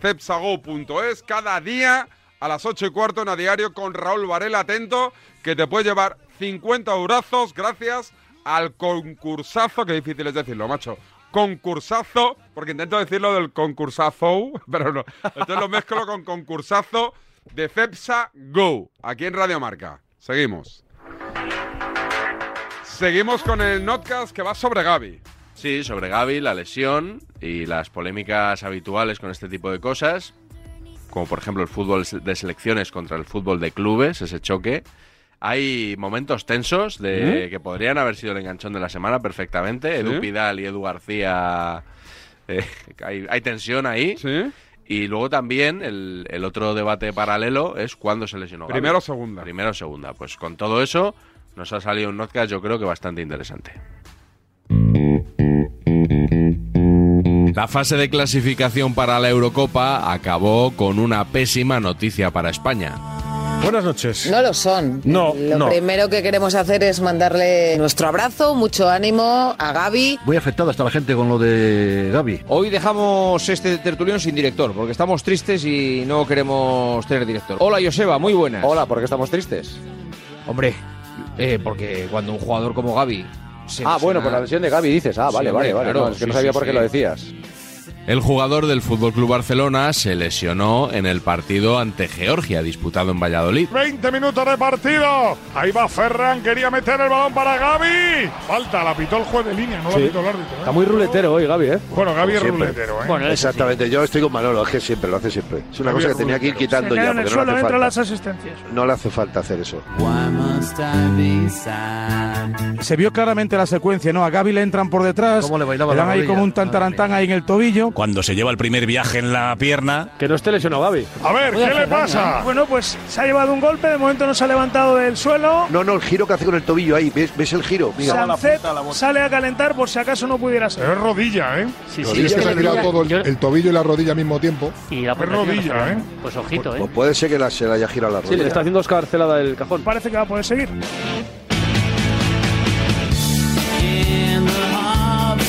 Cepsago.es cada día a las 8 y cuarto en a diario con Raúl Varela atento que te puede llevar 50 eurazos gracias al concursazo, que difícil es decirlo, macho. Concursazo, porque intento decirlo del concursazo, pero no. Entonces lo mezclo con concursazo de Cepsa Go, aquí en Radio Marca. Seguimos. Seguimos con el notcast que va sobre Gaby. Sí, sobre Gaby, la lesión y las polémicas habituales con este tipo de cosas, como por ejemplo el fútbol de selecciones contra el fútbol de clubes, ese choque. Hay momentos tensos de ¿Mm? que podrían haber sido el enganchón de la semana perfectamente. Edu Pidal y Edu García. eh, hay, hay tensión ahí. Y luego también el, el otro debate paralelo es cuándo se lesionó. Gavi. Primero o segunda. Primero o segunda. Pues con todo eso nos ha salido un podcast yo creo que bastante interesante. La fase de clasificación para la Eurocopa acabó con una pésima noticia para España. Buenas noches. No lo son. No, Lo no. primero que queremos hacer es mandarle nuestro abrazo, mucho ánimo a Gaby. Muy afectada está la gente con lo de Gaby. Hoy dejamos este tertulión sin director, porque estamos tristes y no queremos tener director. Hola, Joseba, muy buenas. Hola, ¿por qué estamos tristes? Hombre, eh, porque cuando un jugador como Gaby... se Ah, bueno, lesiona- por la versión de Gaby dices. Ah, Sí, vale, hombre, vale, vale. claro, no, es que no sí, sabía sí, por qué sí. lo decías. El jugador del FC Barcelona se lesionó en el partido ante Georgia disputado en Valladolid. 20 minutos de partido. Ahí va Ferran, quería meter el balón para Gaby. Falta, la pitó el juez de línea, no Sí. la pitó el árbitro. ¿eh? Está muy ruletero hoy, Gaby, ¿eh? Bueno, Gaby Como es siempre. ruletero, ¿eh? Bueno, exactamente. Yo estoy con Manolo, es que siempre, lo hace siempre. Es una Gaby cosa que es tenía que ir ruletero. quitando ya, porque no le hace falta. asistencias. No le hace falta hacer eso. Se vio claramente la secuencia, ¿no? A Gaby le entran por detrás. ¿Cómo le bailaba le dan la ahí rodilla? como un tantarantán ahí en el tobillo. Cuando se lleva el primer viaje en la pierna. Que no esté lesionado Gaby. A ver, ¿qué le pasa? Bueno, pues se ha llevado un golpe, de momento no se ha levantado del suelo. No, no, el giro que hace con el tobillo ahí. ¿Ves, ves el giro? Mira. Sancet sale a calentar por si acaso no pudiera ser. Pero es rodilla, ¿eh? Sí, Rodilla que se ha tirado todo el, el tobillo y la rodilla al mismo tiempo. Y la protección no rodilla, se ¿eh? Pues ojito, Pues puede ser que la, se la haya girado la rodilla. haciendo escarcelada el cajón. Parece que va a poder seguir.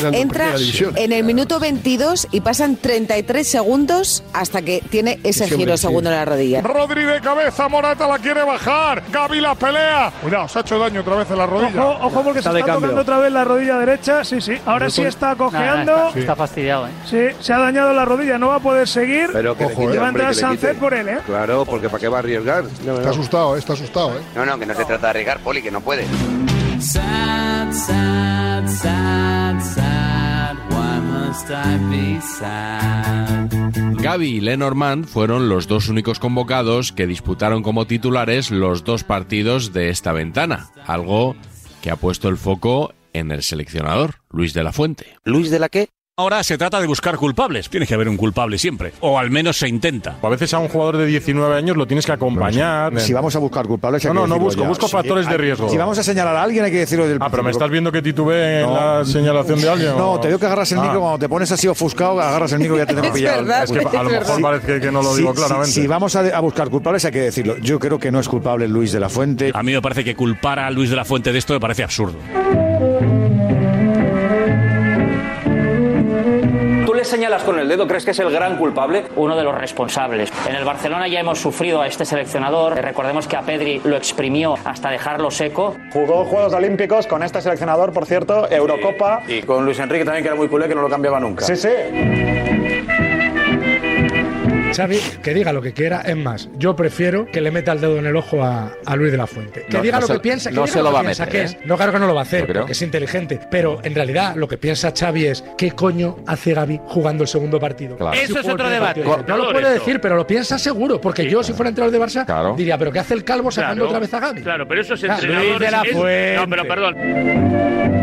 Entra en el minuto 22 y pasan 33 segundos hasta que tiene ese Ese giro hombre, sí. segundo en la rodilla. ¿eh? Rodri de cabeza, Morata la quiere bajar. Gaby la pelea. Cuidado, se ha hecho daño otra vez en la rodilla. Ojo, ojo porque se está tocando otra vez la rodilla derecha. Sí, sí. Ahora sí está cojeando. fastidiado, ¿eh? Sí, se ha dañado la rodilla, no va a poder seguir. Pero que le quite, Y va hombre, a entrar que le quite. Sancet por él, ¿eh? Claro, porque ¿para qué va a arriesgar? Está asustado, eh, está asustado, ¿eh? No, no, que no se trata de arriesgar, Poli, que no puede. Gaby y Lenormand fueron los dos únicos convocados que disputaron como titulares los dos partidos de esta ventana, algo que ha puesto el foco en el seleccionador, Luis de la Fuente. ¿Luis de la qué? Ahora se trata de buscar culpables. Tiene que haber un culpable siempre. O al menos se intenta. A veces a un jugador de 19 años lo tienes que acompañar. Si vamos a buscar culpables, hay No, no, no que decirlo busco, ya. busco Si- factores de hay- riesgo. Si vamos a señalar a alguien, hay que decirlo del Ah, pero me principio. estás viendo que titubeé en la señalación de alguien. No, o- te veo que agarras el Ah. micro cuando te pones así ofuscado, agarras el micro y ya te tengo Es pillado. verdad, Es que a lo es mejor verdad. parece que no lo digo claramente. Si, vamos a, de- a buscar culpables, hay que decirlo. Yo creo que no es culpable Luis de la Fuente. A mí me parece que culpar a Luis de la Fuente de esto me parece absurdo. Tú le señalas con el dedo, ¿crees que es el gran culpable? Uno de los responsables. En el Barcelona ya hemos sufrido a este seleccionador. Recordemos que a Pedri lo exprimió hasta dejarlo seco. Jugó Juegos Olímpicos con este seleccionador, por cierto, Eurocopa. Y con Luis Enrique también, que era muy culé, que no lo cambiaba nunca. Sí, sí. Xavi, que diga lo que quiera, es más, yo prefiero que le meta el dedo en el ojo a, a Luis de la Fuente. Que No, diga no lo se- que piensa, que no diga se lo va a piensa, meter, que ¿eh? es. No, claro que no lo va a hacer, No creo. porque es inteligente. Pero en realidad lo que piensa Xavi es qué coño hace Gaby jugando el segundo partido. Claro. Si Eso es jugó el otro primer debate. partido. No lo Claro, puede esto. decir, pero lo piensa seguro, porque yo si fuera entrenador de Barça Claro. diría, pero ¿qué hace el calvo sacando Claro. otra vez a Gaby? Claro, pero eso es Claro. entrenador, Luis de la es- Fuente. No, pero perdón.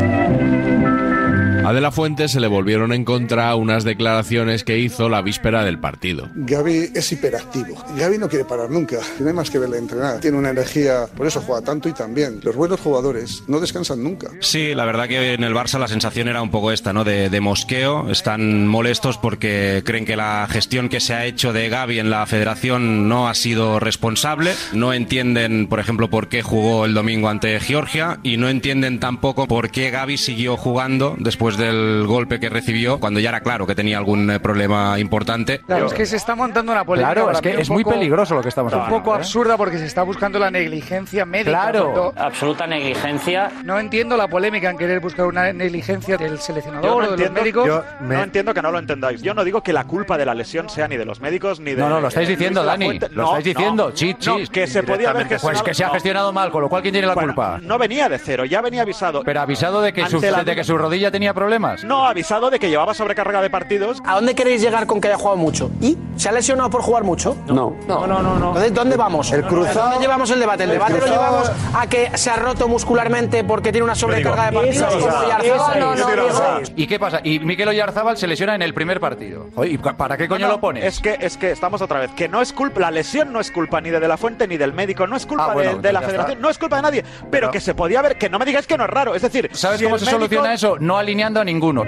A de la Fuente se le volvieron en contra unas declaraciones que hizo la víspera del partido. Gaby es hiperactivo. Gaby no quiere parar nunca. Tiene más que verle entrenar. Tiene una energía. Por eso juega tanto y también. Los buenos jugadores no descansan nunca. Sí, la verdad que en el Barça la sensación era un poco esta, ¿no? De, de mosqueo. Están molestos porque creen que la gestión que se ha hecho de Gaby en la federación no ha sido responsable. No entienden, por ejemplo, por qué jugó el domingo ante Georgia y no entienden tampoco por qué Gaby siguió jugando después del golpe que recibió cuando ya era claro que tenía algún eh, problema importante. Claro, es que se está montando una polémica. Claro, para es que mí un es muy poco- peligroso lo que estamos Un hablando, poco ¿eh? absurda porque se está buscando la negligencia médica. Claro. cuando- Absoluta negligencia. No entiendo la polémica en querer buscar una negligencia del seleccionador Yo no, o de los entiendo, médicos. yo no entiendo que no lo entendáis. Yo no digo que la culpa de la lesión sea ni de los médicos ni de. No, no, lo estáis eh, diciendo, Luis de la Dani. Fuente. Lo No, estáis diciendo. no, chis, no, chis. que se podía haber gestionado. Pues que se ha no. gestionado mal, con lo cual, ¿quién tiene la Bueno, culpa? No venía de cero, ya venía avisado. Pero avisado de que, su, Ante la- de que su rodilla tenía problemas. No, avisado de que llevaba sobrecarga de partidos. ¿A dónde queréis llegar con que haya jugado mucho? ¿Y? ¿Se ha lesionado por jugar mucho? No. No, no, no. Entonces, ¿dónde vamos? El cruzado- ¿Dónde llevamos el debate? El el debate lo cruzado- llevamos a que se ha roto muscularmente porque tiene una sobrecarga de partidos. Esa es, como esa Yarzábal. es, No, no, esa no, es. no. ¿Y qué pasa? Y Mikel Oyarzábal se lesiona en el primer partido. Oye, ¿y ¿Para qué coño No, no, lo pones? Es que, es que estamos otra vez. Que no es culpa, la lesión no es culpa ni de De La Fuente ni del médico, no es culpa Ah, bueno, de, de la ya federación, está. no es culpa de nadie. Pero, que se podía haber, que no me digáis que no es raro. Es decir, ¿Sabes si cómo el se médico- soluciona eso? No alineando a ninguno.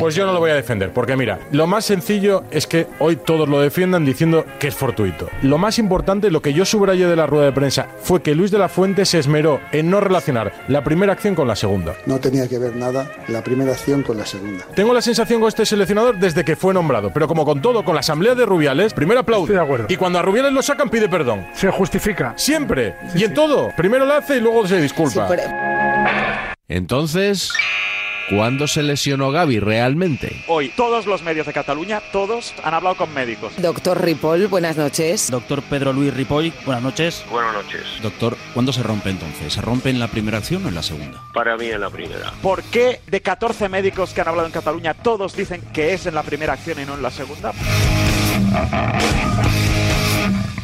Pues yo no lo voy a defender, porque mira, lo más sencillo es que hoy todos lo defiendan diciendo que es fortuito. Lo más importante, lo que yo subrayé de la rueda de prensa, fue que Luis de la Fuente se esmeró en no relacionar la primera acción con la segunda. No tenía que ver nada la primera acción con la segunda. Tengo la sensación con este seleccionador desde que fue nombrado, pero como con todo, con la asamblea de Rubiales, primero aplaude. Y cuando a Rubiales lo sacan, pide perdón. Se justifica. Siempre. y en todo. Primero lo hace y luego se disculpa. Entonces, ¿cuándo se lesionó Gaby realmente? Hoy todos los medios de Cataluña, todos han hablado con médicos. Doctor Ripoll, buenas noches. Doctor Pedro Luis Ripoll, buenas noches. Buenas noches. Doctor, ¿cuándo se rompe entonces? ¿Se rompe en la primera acción o en la segunda? Para mí en la primera. ¿Por qué de 14 médicos que han hablado en Cataluña, todos dicen que es en la primera acción y no en la segunda?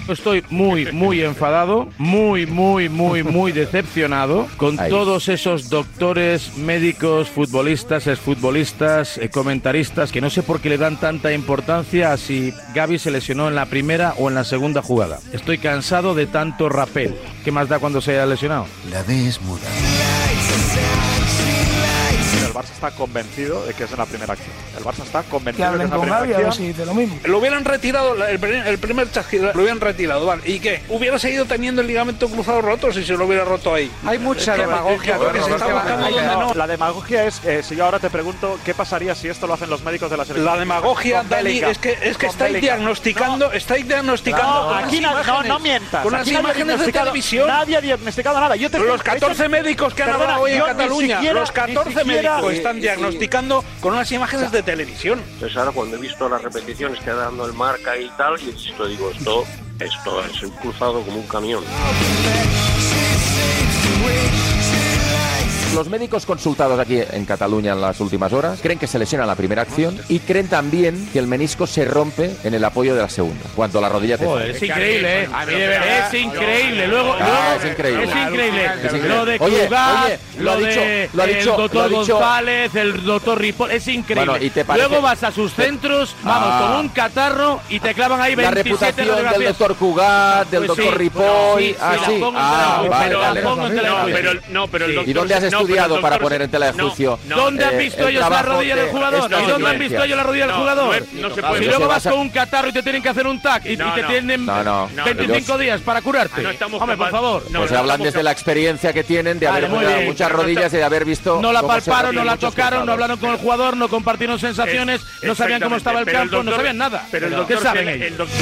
Estoy muy, muy enfadado, muy, muy, muy, muy decepcionado con Ahí. todos esos doctores, médicos, futbolistas, exfutbolistas, eh, comentaristas que no sé por qué le dan tanta importancia a si Gaby se lesionó en la primera o en la segunda jugada. Estoy cansado de tanto rapel. ¿Qué más da cuando se haya lesionado? La D es muda. El Barça está convencido de que es en la primera acción. El Barça está Que convencido de que hablen es en la con primera Gaby a ver acción. si dice lo mismo. Lo hubieran retirado, la- el, primer- el primer chasquido lo hubieran retirado, ¿vale? ¿Y qué? Hubiera seguido teniendo el ligamento cruzado roto si se lo hubiera roto ahí. Hay mucha demagogia, creo que se está buscando donde no. La demagogia es, eh, si yo ahora te pregunto, ¿qué pasaría si esto lo hacen los médicos de la selección? La demagogia, Con Dani, Bélica. es que, es que Con estáis Bélica. diagnosticando, estáis diagnosticando. No, con aquí unas no, no, no imágenes, mientas. Con unas Aquí nadie ha imágenes de diagnosticado- televisión. Nadie ha diagnosticado nada. Yo te Los de hecho, 14 médicos que han perdona, hablado hoy en yo ni Cataluña, siquiera- los ni 14 siquiera- médicos Eh, están eh, diagnosticando con unas imágenes de televisión. Entonces Pues ahora cuando he visto las repeticiones que ha dando el marca y tal, y esto digo, esto, esto es un cruzado como un camión. Los médicos consultados aquí en Cataluña en las últimas horas creen que se lesiona en la primera acción y creen también que el menisco se rompe en el apoyo de la segunda, cuando la rodilla te Joder, es increíble, ¿eh? Es increíble. Luego, Ah, luego- es increíble. es increíble. Es increíble. Lo de Oye, Cugat, oye, lo ha de dicho, lo ha dicho, el doctor lo ha dicho. González, el doctor Ripoll, es increíble. Bueno, ¿y te parece- Luego vas a sus centros, vamos, Ah. con un catarro y te clavan ahí La 27 reputación del radiografías. doctor Cugat, Pues del sí, doctor bueno, Ripoll, sí, sí, la así. pongo en ah, tela- vale, pero la vale. pongo en tela de No, juicio. pero- no, pero el ¿Y doctor dónde has se- no, pero el estudiado para doctor poner se- en tela de no, juicio? no. ¿Dónde han visto ellos la rodilla del jugador? ¿Y dónde han visto ellos la rodilla del jugador? Si luego vas con un catarro y te tienen que hacer un tac y, No, y te no. tienen No, no. 25 No, días para curarte. no estamos Hombre, por favor. pues hablan desde la experiencia que tienen de Vale, haber muy jugado bien. muchas rodillas y de haber visto. No la cómo se palparon, no la muchos tocaron, no cruzados. hablaron con el jugador, no compartieron sensaciones, Es- no sabían cómo estaba el exactamente, campo, pero no doctor- sabían nada. Pero el ¿Qué doctor saben Pérez- ellos? el doctor-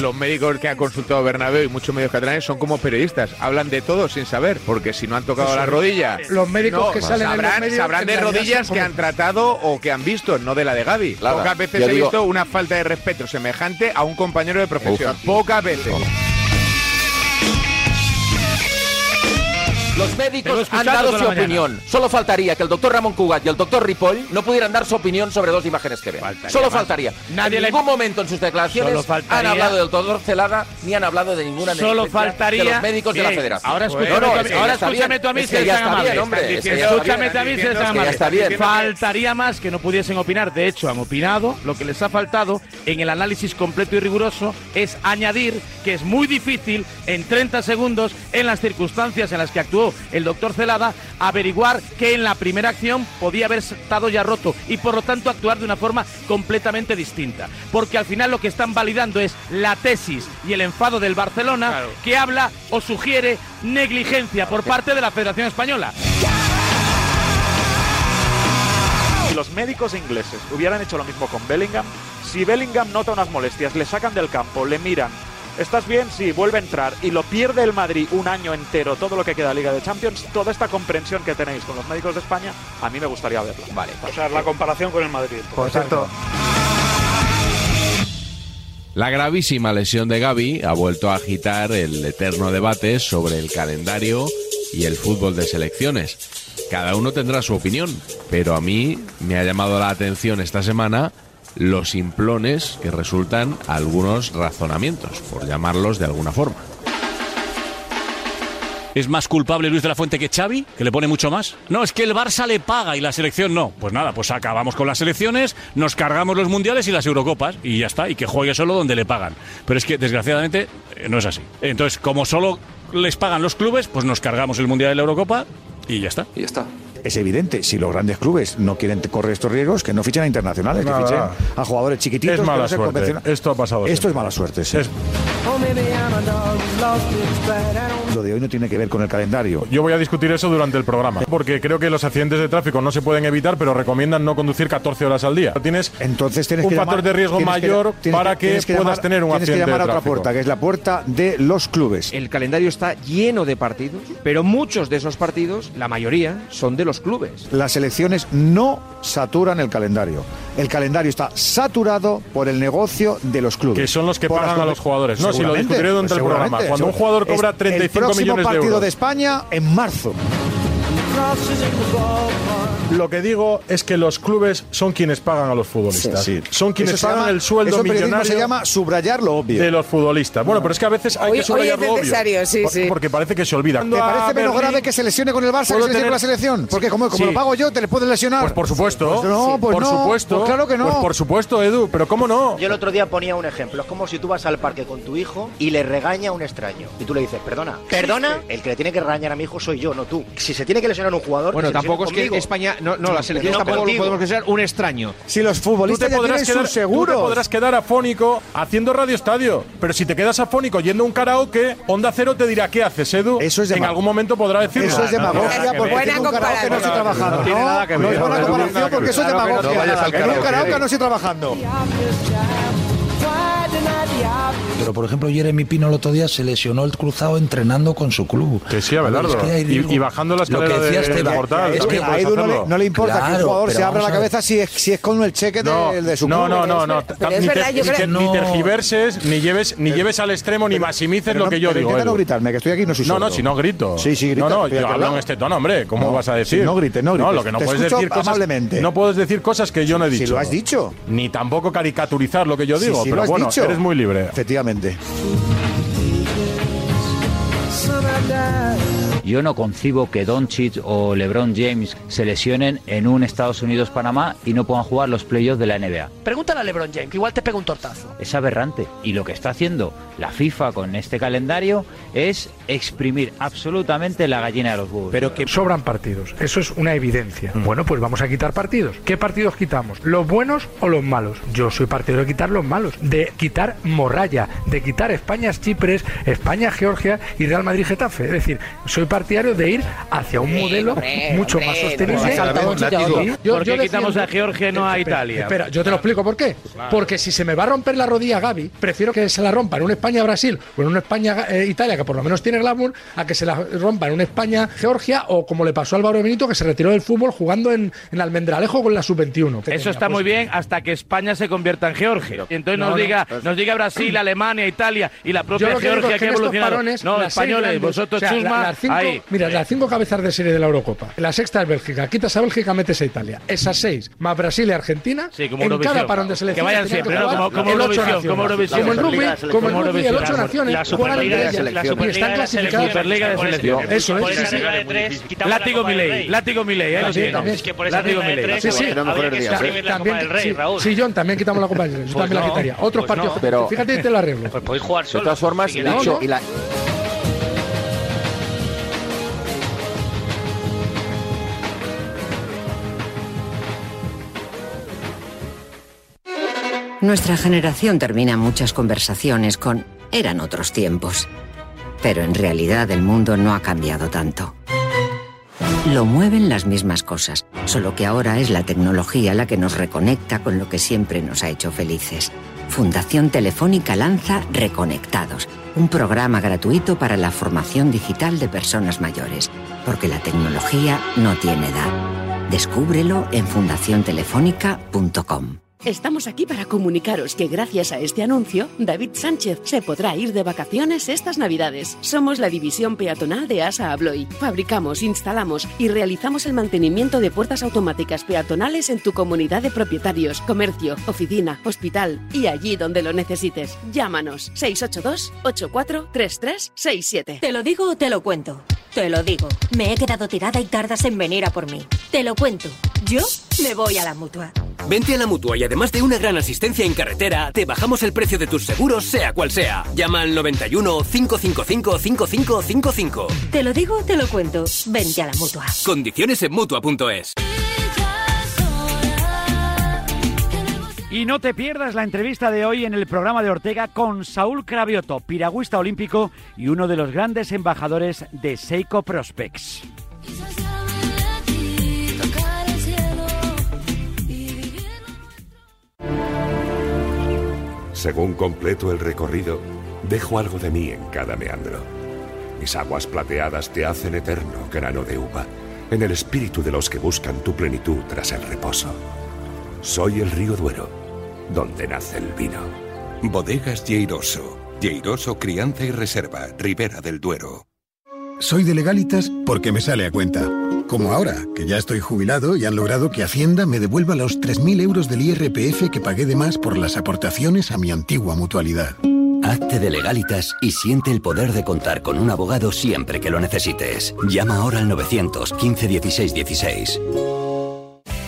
Los médicos que ha consultado Bernabéu y muchos medios catalanes son como periodistas, hablan de todo sin saber, porque si no han tocado la rodilla, Los médicos no, que salen en los sabrán, medios sabrán en de realidad rodillas son que han tratado o que han visto, no de la de Gaby. Claro. Pocas veces Yo he digo- visto una falta de respeto semejante a un compañero de profesión. Uf. Pocas veces. Los Pero médicos han escuchando dado toda su la mañana. opinión. Solo faltaría que el doctor Ramón Cugat y el doctor Ripoll no pudieran dar su opinión sobre dos imágenes que vean. Solo más. faltaría. Nadie en le- ningún momento en sus Solo declaraciones han faltaría- hablado del doctor Celada ni han hablado de ninguna Solo negligencia faltaría de los médicos de la Bien, federación. ahora escúchame No, no, tú a es mí- que ya ahora está bien. escúchame tú a mí Es si que eres ya tan está amable. bien, hombre. Es que ya está Escúchame bien. tú a mí si eres Es tan que ya está amable. bien. Faltaría más que no pudiesen opinar. De hecho, han opinado. Lo que les ha faltado en el análisis completo y riguroso es añadir que es muy difícil en 30 segundos, en las circunstancias en las que actuó el doctor Celada, averiguar que en la primera acción podía haber estado ya roto y por lo tanto actuar de una forma completamente distinta. Porque al final lo que están validando es la tesis y el enfado del Barcelona que habla o sugiere negligencia por parte de la Federación Española. Si los médicos ingleses hubieran hecho lo mismo con Bellingham, si Bellingham nota unas molestias, le sacan del campo, le miran, ¿estás bien? Sí, vuelve a entrar y lo pierde el Madrid un año entero, todo lo que queda de Liga de Champions, toda esta comprensión que tenéis con los médicos de España, a mí me gustaría verla. Vale. O sea, la comparación con el Madrid. Por cierto, La gravísima lesión de Gaby ha vuelto a agitar el eterno debate sobre el calendario y el fútbol de selecciones. Cada uno tendrá su opinión, pero a mí me ha llamado la atención esta semana los simplones que resultan algunos razonamientos, por llamarlos de alguna forma. ¿Es más culpable Luis de la Fuente que Xavi, que le pone mucho más? No, es que el Barça le paga y la selección no. Pues nada, pues acabamos con las selecciones, nos cargamos los mundiales y las Eurocopas y ya está, y que juegue solo donde le pagan. Pero es que desgraciadamente eh, no es así. Entonces, como solo les pagan los clubes, pues nos cargamos el mundial y la Eurocopa y ya está. Y ya está. es evidente. Si los grandes clubes no quieren correr estos riesgos, que no fichen a internacionales, que Nada. fichen a jugadores chiquititos. Es que no mala sean suerte. convencionales. Esto ha pasado. Esto es mala suerte. sí. Lo de hoy no tiene que ver con el calendario. Yo voy a discutir eso durante el programa, porque creo que los accidentes de tráfico no se pueden evitar, pero recomiendan no conducir 14 horas al día. Tienes Entonces tienes un que factor llamar- de riesgo tienes que- mayor tienes para que, tienes puedas llamar- tener un tienes que accidente llamar de a otra tráfico. puerta, que es la puerta de los clubes. El calendario está lleno de partidos, pero muchos de esos partidos, la mayoría, son de los clubes. Las elecciones no saturan el calendario. El calendario está saturado por el negocio de los clubes. Que son los que Por las pagan a conve- los jugadores. No, si lo Seguramente, pues discutiré durante el seguramente, programa. Cuando un seguro. jugador cobra Es 35 el próximo millones de partido euros. de España en marzo. Lo que digo es que los clubes son quienes pagan a los futbolistas. Sí, sí. Son quienes Eso se pagan llama- el sueldo eso en periodismo millonario se llama subrayar lo obvio. de los futbolistas. Bueno, pero es que a veces hay Hoy- que subrayar hoy es lo obvio. necesario, sí, Por- sí. Porque parece que se olvida. ¿Te parece menos grave que se lesione con el Barça que se puedo lesione tener- con la selección? Porque como, como Sí. lo pago yo, te le puedes lesionar. Pues por supuesto. Pues no, pues por no, supuesto. pues claro que no. Pues por supuesto, Edu, pero ¿cómo no? Yo el otro día ponía un ejemplo. Es como si tú vas al parque con tu hijo y le regaña a un extraño. Y tú le dices, perdona, perdona, el que le tiene que regañar a mi hijo soy yo, no tú. Si se tiene que lesionar un jugador, Bueno, que se lesione tampoco es que conmigo. España. No, no la selección No tampoco lo contigo. podemos considerar un extraño. Si los futbolistas ya tienen sus seguros. tú te podrás quedar afónico haciendo radio estadio, pero si te quedas afónico yendo a un karaoke, Onda Cero te dirá qué haces, Edu. Eso demag- en algún momento podrá decirlo. Eso es demagogia porque tengo un karaoke no estoy trabajando. No, no es buena comparación porque eso es demagogia. En un karaoke no estoy trabajando. Pero por ejemplo, Jeremy Pino el otro día se lesionó el cruzado entrenando con su club. Que sí, Abelardo. Joder, es que hay Y- riesgo. y bajando la Lo que escalera decía de- Esteban, del portal, es que también A puedes Edu no le, hacerlo. no le importa que un Claro, jugador se pero abra la vamos a ver. cabeza si es, si es con el cheque de- No, del de su no, club. no, no, no. Pero es Ni te- verdad, yo ni te- creo- ni no. tergiverses, ni lleves, ni lleves al extremo, ni maximices Pero lo no- que yo pero digo. Intenta no Edu. gritarme, que estoy aquí y no soy No, no, sordo. si no grito. Sí, sí, grita, No, no, estoy aquí yo al hablo lado. en este tono, hombre. ¿Cómo No, vas a decir? si no grite, no No, grites. lo que no Te puedes escucho decir cosas. amablemente. No puedes decir cosas que yo no he Si dicho. lo has dicho. Ni tampoco caricaturizar lo que yo Sí, digo. sí, lo pero has bueno, dicho. eres muy libre. Efectivamente. Yo no concibo que Doncic o LeBron James se lesionen en un Estados Unidos-Panamá y no puedan jugar los playoffs de la NBA. Pregúntale a LeBron James, que igual te pega un tortazo. Es aberrante. Y lo que está haciendo la FIFA con este calendario es exprimir absolutamente la gallina de los huevos. Pero que sobran partidos, eso es una evidencia. Bueno, pues vamos a quitar partidos. ¿Qué partidos quitamos? ¿Los buenos o los malos? Yo soy partidario de quitar los malos, de quitar Morralla, de quitar España-Chipres, España-Georgia y Real Madrid-Getafe. Es decir, soy partidario de ir hacia un modelo mucho más sostenible. Pues ¿Por qué quitamos a Georgia y no a Espera, Italia? Espera, yo te lo explico por qué. Porque si se me va a romper la rodilla a Gaby, prefiero que se la rompa en un España-Brasil o en un España-Italia, que por lo menos tiene glamour, a que se la rompa en un España-Georgia o como le pasó a Álvaro Benito, que se retiró del fútbol jugando en, en Almendralejo con la sub-21. Eso está muy bien hasta que España se convierta en Georgia. Y entonces No, nos no. pues diga, nos diga Brasil, Alemania, Italia y la Yo propia lo que digo Georgia es que que ha en estos evolucionado. parones, no, las seis españoles, grandes- vosotros o sea, la- chusma, las cinco- ahí. Mira, las cinco cabezas de serie de la Eurocopa. La sexta es Bélgica. Quitas a Bélgica, metes a Italia. Esas seis, más Brasil y Argentina. Sí, como en Eurovisión. cada parón de Que selección. vayan siempre, ¿no? Como- como Eurovisión, como Eurovisión. Como el rugby, La Superliga como el de rugby, el ocho selecciones. naciones. La juegan Superliga de entre ellas selecciones. Y están La Superliga de clasificados. Superliga de selecciones. Eso es. Por esa sí, sí. regla de tres, quitamos la Látigo Copa del Milei, Rey. látigo Milei, ahí lo También, tiene. también. Es que por esa Látigo regla de Milei. tres Sí, sí. habría que suprimir También- la Copa también- del Rey, sí, Raúl. Sí, John, también quitamos la Copa del Rey. Yo Pues también la no, quitaría. Otros pues partidos. no. Pero- Fíjate, te lo arreglo. Pues podéis jugar De todas formas, Sí, dicho, ¿no? y la- Nuestra generación termina muchas conversaciones con eran otros tiempos. Pero en realidad el mundo no ha cambiado tanto. Lo mueven las mismas cosas, solo que ahora es la tecnología la que nos reconecta con lo que siempre nos ha hecho felices. Fundación Telefónica lanza Reconectados, un programa gratuito para la formación digital de personas mayores, porque la tecnología no tiene edad. Descúbrelo en fundaciontelefónica.com. Estamos aquí para comunicaros que gracias a este anuncio, David Sánchez se podrá ir de vacaciones estas Navidades. Somos la división peatonal de ASA Abloy. Fabricamos, instalamos y realizamos el mantenimiento de puertas automáticas peatonales en tu comunidad de propietarios, comercio, oficina, hospital y allí donde lo necesites. Llámanos 682 843367. Te lo digo o te lo cuento. Te lo digo. Me he quedado tirada y tardas en venir a por mí. Te lo cuento. Yo me voy a la mutua. Vente a la mutua y además de una gran asistencia en carretera, te bajamos el precio de tus seguros, sea cual sea. Llama al 91 555 5555. Te lo digo, te lo cuento. Vente a la mutua. Condiciones en mutua.es. Y no te pierdas la entrevista de hoy en el programa de Ortega con Saúl Cravioto, piragüista olímpico y uno de los grandes embajadores de Seiko Prospects. Según completo el recorrido, dejo algo de mí en cada meandro. Mis aguas plateadas te hacen eterno grano de uva, en el espíritu de los que buscan tu plenitud tras el reposo. Soy el río Duero, donde nace el vino. Bodegas Lleiroso. Lleiroso Crianza y Reserva, Ribera del Duero. Soy de legalitas porque me sale a cuenta. Como ahora, que ya estoy jubilado y han logrado que Hacienda me devuelva los 3.000 euros del IRPF que pagué de más por las aportaciones a mi antigua mutualidad. Hazte de legalitas y siente el poder de contar con un abogado siempre que lo necesites. Llama ahora al 915 16 16.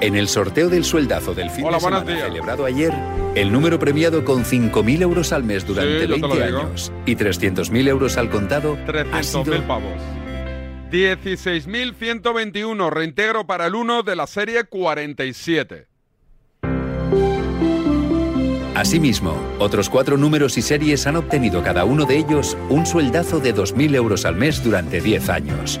En el sorteo del sueldazo del fin Hola, de semana buenos días. celebrado ayer, el número premiado con 5.000 euros al mes Sí, durante yo te lo 20 digo. años y 300.000 euros al contado ha sido 300.000 pavos. 16.121, reintegro para el 1 de la serie 47. Asimismo, otros cuatro números y series han obtenido cada uno de ellos un sueldazo de 2.000 euros al mes durante 10 años.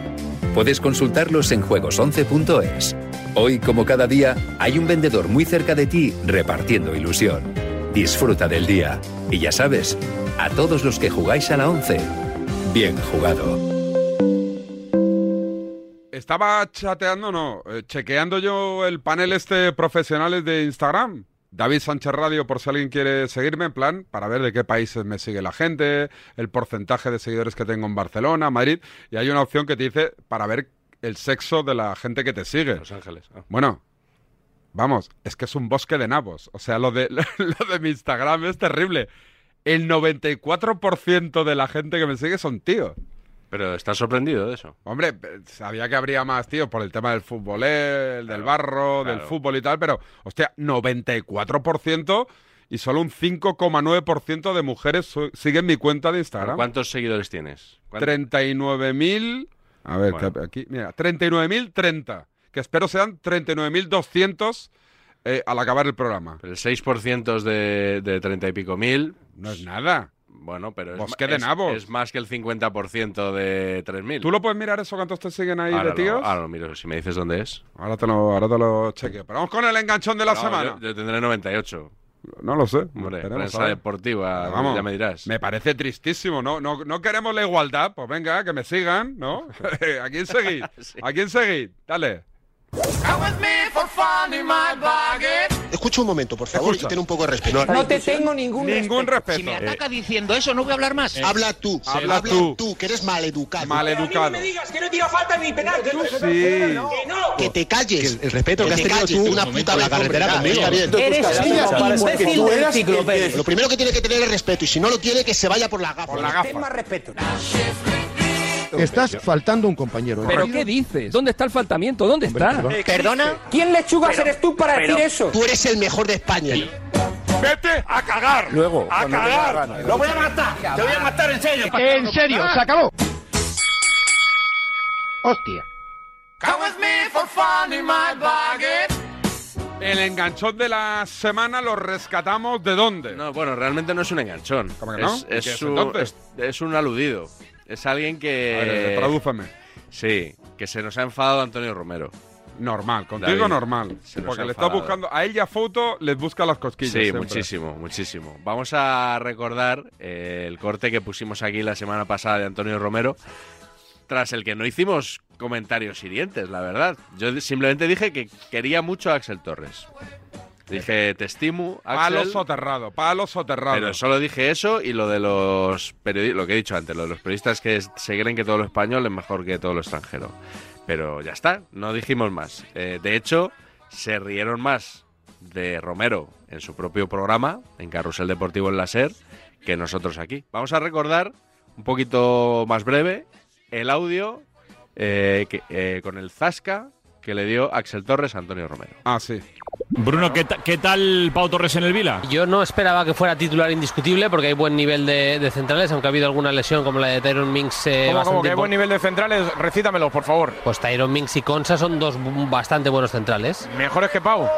Puedes consultarlos en juegos11.es. Hoy, como cada día, hay un vendedor muy cerca de ti repartiendo ilusión. Disfruta del día. Y ya sabes, a todos los que jugáis a la 11, bien jugado. Estaba chateando, no, eh, chequeando yo el panel este profesionales de Instagram. David Sánchez Radio, por si alguien quiere seguirme, en plan, para ver de qué países me sigue la gente, el porcentaje de seguidores que tengo en Barcelona, Madrid. Y hay una opción que te dice para ver el sexo de la gente que te sigue. Los Ángeles. ah. Bueno, vamos, es que es un bosque de nabos. O sea, lo de, lo de mi Instagram es terrible. El 94% de la gente que me sigue son tíos. Pero estás sorprendido de eso. Hombre, pe- sabía que habría más, tíos por el tema del fútbol, eh, el del barro, del claro. fútbol y tal, pero, hostia, 94% y solo un 5,9% de mujeres su- siguen mi cuenta de Instagram. ¿Cuántos seguidores tienes? ¿Cuántos? 39.000. A ver, Bueno. que aquí, mira, 39.030. Que espero sean 39.200 eh, al acabar el programa. El 6% de, de 30 y pico mil. No es nada. Bueno, pero es, Bosque ma- de es- nabos. es más que el 50% de 3.000. ¿Tú lo puedes mirar eso cuántos te siguen ahí ahora de tíos? Lo, ahora lo miro, si me dices dónde es. Ahora te lo, ahora te lo chequeo. Pero vamos con el enganchón de la No, semana. Yo, yo tendré 98. No lo sé. Hombre, Esperemos, a prensa ver. deportiva, Pero vamos, ya me dirás. Me parece tristísimo, ¿no? No, no queremos la igualdad. Pues venga, que me sigan, ¿no? ¿A quién seguid? ¿A quién seguid? Dale. Escucha un momento, por favor, y ten un poco de respeto. No, no te tengo ningún, Ningún respeto. Eh, Si me ataca diciendo eso, no voy a hablar más. Eh, Habla tú, sí. habla tú. que eres maleducado. Maleducado. A mí no me digas que no tira falta ni penal. Que no, que no, sí. que no. Que te calles. el respeto que has tenido tú una Un puta momento, vez, la carretera hombre, conmigo. está bien. Eres Tú buscas un niñas, imbécil parece que tú del eras enciclopedia. el que- Lo primero que tiene que tener es respeto. Y si no lo tiene, que se vaya por la gafa. Por la gafa. Ten más respeto. Estás faltando un compañero. ¿Pero qué dices? ¿Dónde está el faltamiento? ¿Dónde está? Hombre, ¿Perdona? ¿Quién lechugas Pero- eres tú para pero decir eso? Tú eres el mejor de España. ¡Vete a cagar! Luego, ¡A cuando te dé la cagar! gana. ¡Lo eh. voy a matar! ¡Te voy a matar en serio! Eh, ¡En serio! ¡Se acabó! Hostia. El enganchón de la semana lo rescatamos de dónde? No, bueno, realmente no es un enganchón. que no? Es, ¿Y es qué es un- entonces? es- es un aludido. Es alguien que. A ver, eh, tradúzame. Sí, que se nos ha enfadado Antonio Romero. Normal, Contigo normal. se nos Porque ha le está enfadado. buscando. A ella foto les busca las cosquillas. Sí, siempre. muchísimo, muchísimo. Vamos a recordar eh, el corte que pusimos aquí la semana pasada de Antonio Romero, tras el que no hicimos comentarios hirientes, la verdad. Yo simplemente dije que quería mucho a Axel Torres. Dije, te estimo, Palo Axel. soterrado, palo soterrado. Pero solo dije eso y lo de los periodistas, lo que he dicho antes, lo de los periodistas que es- se creen que todo lo español es mejor que todo lo extranjero. Pero ya está, no dijimos más. Eh, de hecho, se rieron más de Romero en su propio programa, en Carrusel Deportivo en la SER, que nosotros aquí. Vamos a recordar, un poquito más breve, el audio eh, que- eh, con el Zasca que le dio Axel Torres a Antonio Romero. Ah, sí. Bruno, ¿qué, ta- qué tal Pau Torres en el Vila? Yo no esperaba que fuera titular indiscutible porque hay buen nivel de, de centrales, aunque ha habido alguna lesión como la de Tyron Minks. eh, Como, bastante que hay impo- buen nivel de centrales, recítamelo, por favor. Pues Tyron Minks y Consa son dos bu- bastante buenos centrales. Mm, ¿Mejores que Pau?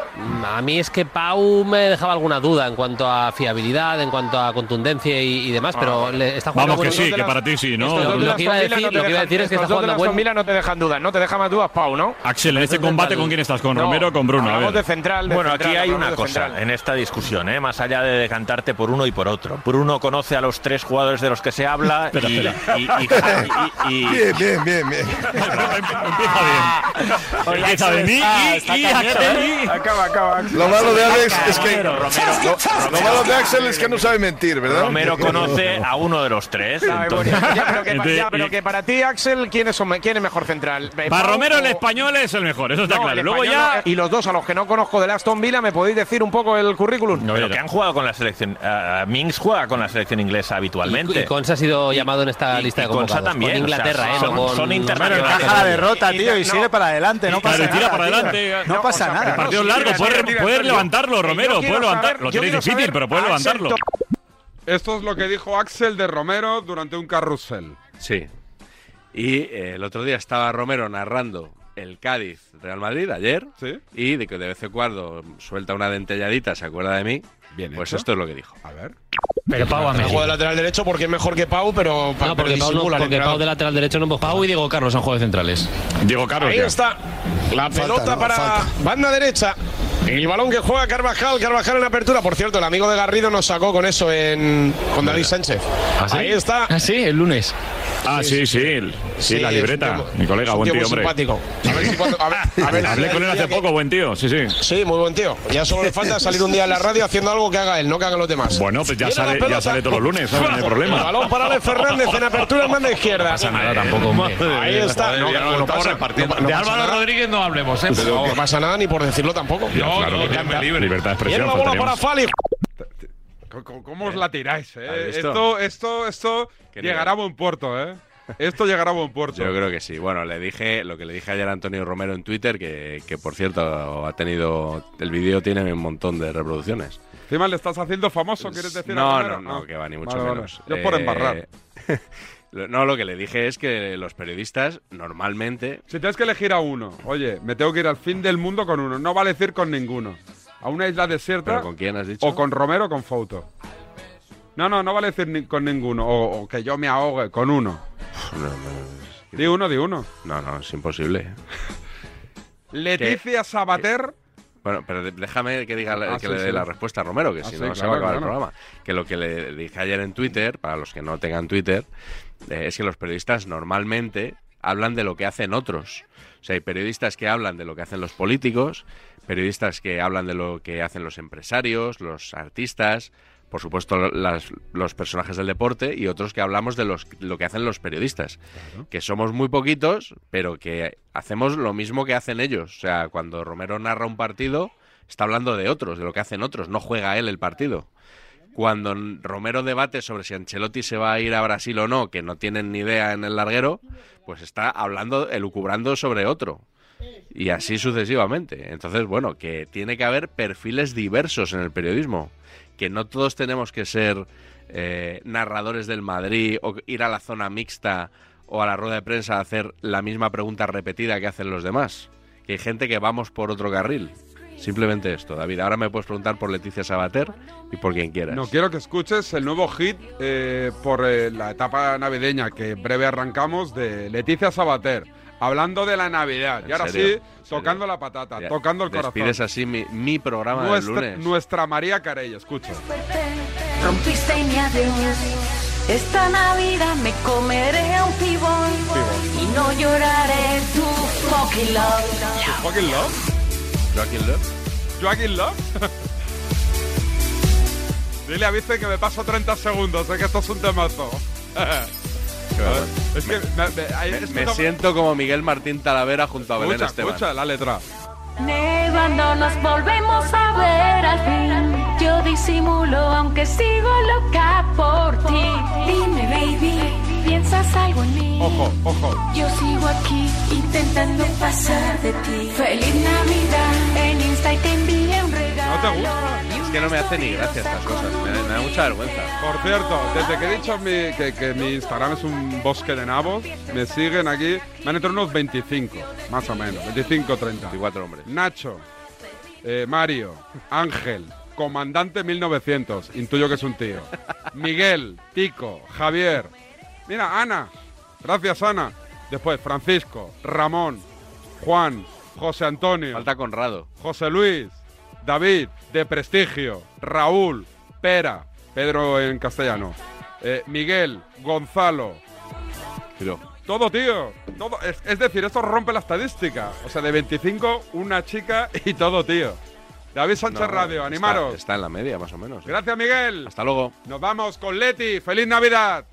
A mí es que Pau me dejaba alguna duda en cuanto a fiabilidad, en cuanto a contundencia y, y demás, Ah, pero vale. le- está jugando Vamos, que buenos- sí, que para ti sí, ¿no? Esto es lo- Los dos de Lo las que iba a Aston decir, Villa no lo te que iba a dejan- decir es que estos está dos de jugando las buen, Aston Villa no te dejan dudas, no te deja más dudas, Pau, ¿no? Axel, en este combate, ¿con quién estás? ¿Con Romero o con Bruno? A hablamos ver. de central, de bueno, central, aquí hay hablamos una de cosa central. en esta discusión, ¿eh? más allá de decantarte por uno y por otro. Bruno conoce a los tres jugadores de los que se habla Espera, y, espera. y- y- y- y- Bien, bien, bien. Oye, Empieza Axel de mí está- y- Ah, está y cañero, Axel ¿eh? y- Acaba, acaba, Axel. Lo malo de Alex es que. Romero, Romero, lo, lo malo de Axel es que no sabe mentir, ¿verdad? Romero conoce a uno de los tres. Sabe, entonces- bueno, ya, pero que, pa- Entonces, ya, pero y- que para ti, Axel, ¿quién es, hom- quién es mejor central? Eh, Para Pau Romero el o- español es el mejor, eso está No, claro. el Luego español eh. ya... no, Y los dos a los que no conozco del Aston Villa, ¿me podéis decir un poco el currículum? Pero que han jugado con la selección. ah, ah, Minks juega con la selección inglesa habitualmente. y Consa ha sido llamado en esta lista de Consa convocados. también, Con o sea, Inglaterra, ¿eh? son- no con- son Bueno, internacionales. encaja la derrota, tío, y sigue para adelante, no pasa nada. tira para adelante. No, pasa nada. El partido es largo, puedes, puedes levantarlo, Romero, puedes levantarlo. Lo tenéis difícil, pero puedes levantarlo. Esto es lo que dijo Axel de Romero durante un carrusel. Sí. Y eh, el otro día estaba Romero narrando el Cádiz Real Madrid ayer y de que de vez en cuando suelta una dentelladita, se acuerda de mí. Bien pues hecho. esto es lo que dijo. A ver. Pero Pau a Ha México. jugado de lateral derecho porque es mejor que Pau, pero, No, porque Pau, no, porque Pau de la... lateral derecho no hemos Pau y Diego Carlos han jugado de centrales. Diego Ahí está. La Falta, pelota no, para falta. banda derecha. El balón que juega Carvajal, Carvajal en apertura. Por cierto, el amigo de Garrido nos sacó con eso en con David Sánchez. Ahí está. Ah, sí, el lunes. Ah, sí, sí. el- Sí, Sí, la es un libreta. tío- Mi colega, es un buen tío tío, muy hombre. simpático. Ah, Hablé con él hace poco, buen tío. Sí, sí. Sí, muy buen tío. Ya solo le falta salir un día en la radio haciendo algo que haga él, no que hagan los demás. Bueno, pues ya Viene la sale, ya pelota. sale todos los lunes, ¿sabes? No hay problema. Balón para Ale Fernández en apertura en banda izquierda. nada tampoco, hombre. Ahí está. Madre mía, lo estamos repartiendo. De Álvaro Rodríguez no hablemos, ¿eh, por No favor. pasa nada ni por decirlo tampoco. Ya, claro, que tiene libertad de Viene expresión. pues la bola faltaría para más. Fali. ¿Cómo, cómo os la tiráis? eh? ¿Has visto? Esto, esto, esto Qué llegará a buen puerto, ¿eh? Esto llegará a buen puerto. Yo creo que sí. Bueno, le dije lo que le dije ayer a Antonio Romero en Twitter, que, que por cierto ha tenido. El vídeo tiene un montón de reproducciones. Encima le estás haciendo famoso, ¿quieres decir a No, no, Romero? Ah. no, que va ni mucho Vale, vale. menos. Yo por Eh, embarrar. lo- no, lo que le dije es que los periodistas normalmente Si tienes que elegir a uno, oye, me tengo que ir al fin del mundo con uno. No vale decir con ninguno. A una isla desierta. ¿Pero con quién has dicho? O con Romero o con Fouto. No, no, no vale decir ni- con ninguno. O, o que yo me ahogue con uno. No, no, Di uno, di uno. no, no, es imposible. Leticia Sabater. Bueno, pero de- déjame que diga la- Ah, que sí, le dé sí. la respuesta a Romero, que Ah, si sí, no se claro, va a acabar el claro. programa. Que lo que le dije ayer en Twitter, para los que no tengan Twitter, eh, es que los periodistas normalmente hablan de lo que hacen otros. O sea, hay periodistas que hablan de lo que hacen los políticos, periodistas que hablan de lo que hacen los empresarios, los artistas, por supuesto lo- las- los personajes del deporte y otros que hablamos de los, lo que hacen los periodistas. Que somos muy poquitos, pero que hacemos lo mismo que hacen ellos. O sea, cuando Romero narra un partido, está hablando de otros, de lo que hacen otros, no juega él el partido. Cuando n- Romero debate sobre si Ancelotti se va a ir a Brasil o no, que no tienen ni idea en el larguero, pues está hablando, elucubrando sobre otro. Y así sucesivamente. Entonces, bueno, que tiene que haber perfiles diversos en el periodismo. Que no todos tenemos que ser eh, narradores del Madrid o ir a la zona mixta o a la rueda de prensa a hacer la misma pregunta repetida que hacen los demás. Que hay gente que vamos por otro carril. Simplemente esto, David. Ahora me puedes preguntar por Leticia Sabater y por quien quieras. No, quiero que escuches el nuevo hit eh, por eh, la etapa navideña que en breve arrancamos de Leticia Sabater, hablando de la Navidad. Y ¿En ahora serio? sí, tocando la patata, Ya, tocando el corazón. Despides así mi, mi programa nuestra, del lunes. nuestra María Carey, escucha. Rompiste mi adiós. Esta Navidad me comeré un pibón y no lloraré tu fucking love. ¿Tu fucking love? ¿Joaquín Love? Joaquín Love? Dile a Vicente que me paso 30 segundos, es que esto es un temazo. es que me, me- ahí- Me, esto me está- siento como Miguel Martín Talavera junto a Belén Escucha, Esteban. escucha la letra. Nevando nos volvemos a ver al fin. Yo disimulo aunque sigo loca por ti. Dime, baby, ¿piensas algo en mí? Ojo, ojo. Yo sigo aquí intentando pasar de ti. Feliz Navidad. En Insta y te envié un regalo. ¿No te gusta? Es que no me hace ni gracia estas cosas, me, da- me da mucha vergüenza. Por cierto, desde que he dicho mi- que, que mi Instagram es un bosque de nabos, me siguen aquí, me han entrado unos 25, más o menos, 25, 30. 24 hombres. Nacho, eh, Mario, Ángel, Comandante 1900, intuyo que es un tío. Miguel, Tico, Javier. Mira, Ana, gracias Ana. Después, Francisco, Ramón, Juan, José Antonio. Falta Conrado. José Luis, David, de prestigio, Raúl, Pera, Pedro en castellano, eh, Miguel, Gonzalo. Todo, tío. Todo. Es, es decir, esto rompe la estadística. O sea, de 25, una chica y todo, tío. David Sánchez No, Radio, está- animaros. Está en la media, más o menos. Gracias, Miguel. Hasta luego. Nos vamos con Leti. ¡Feliz Navidad!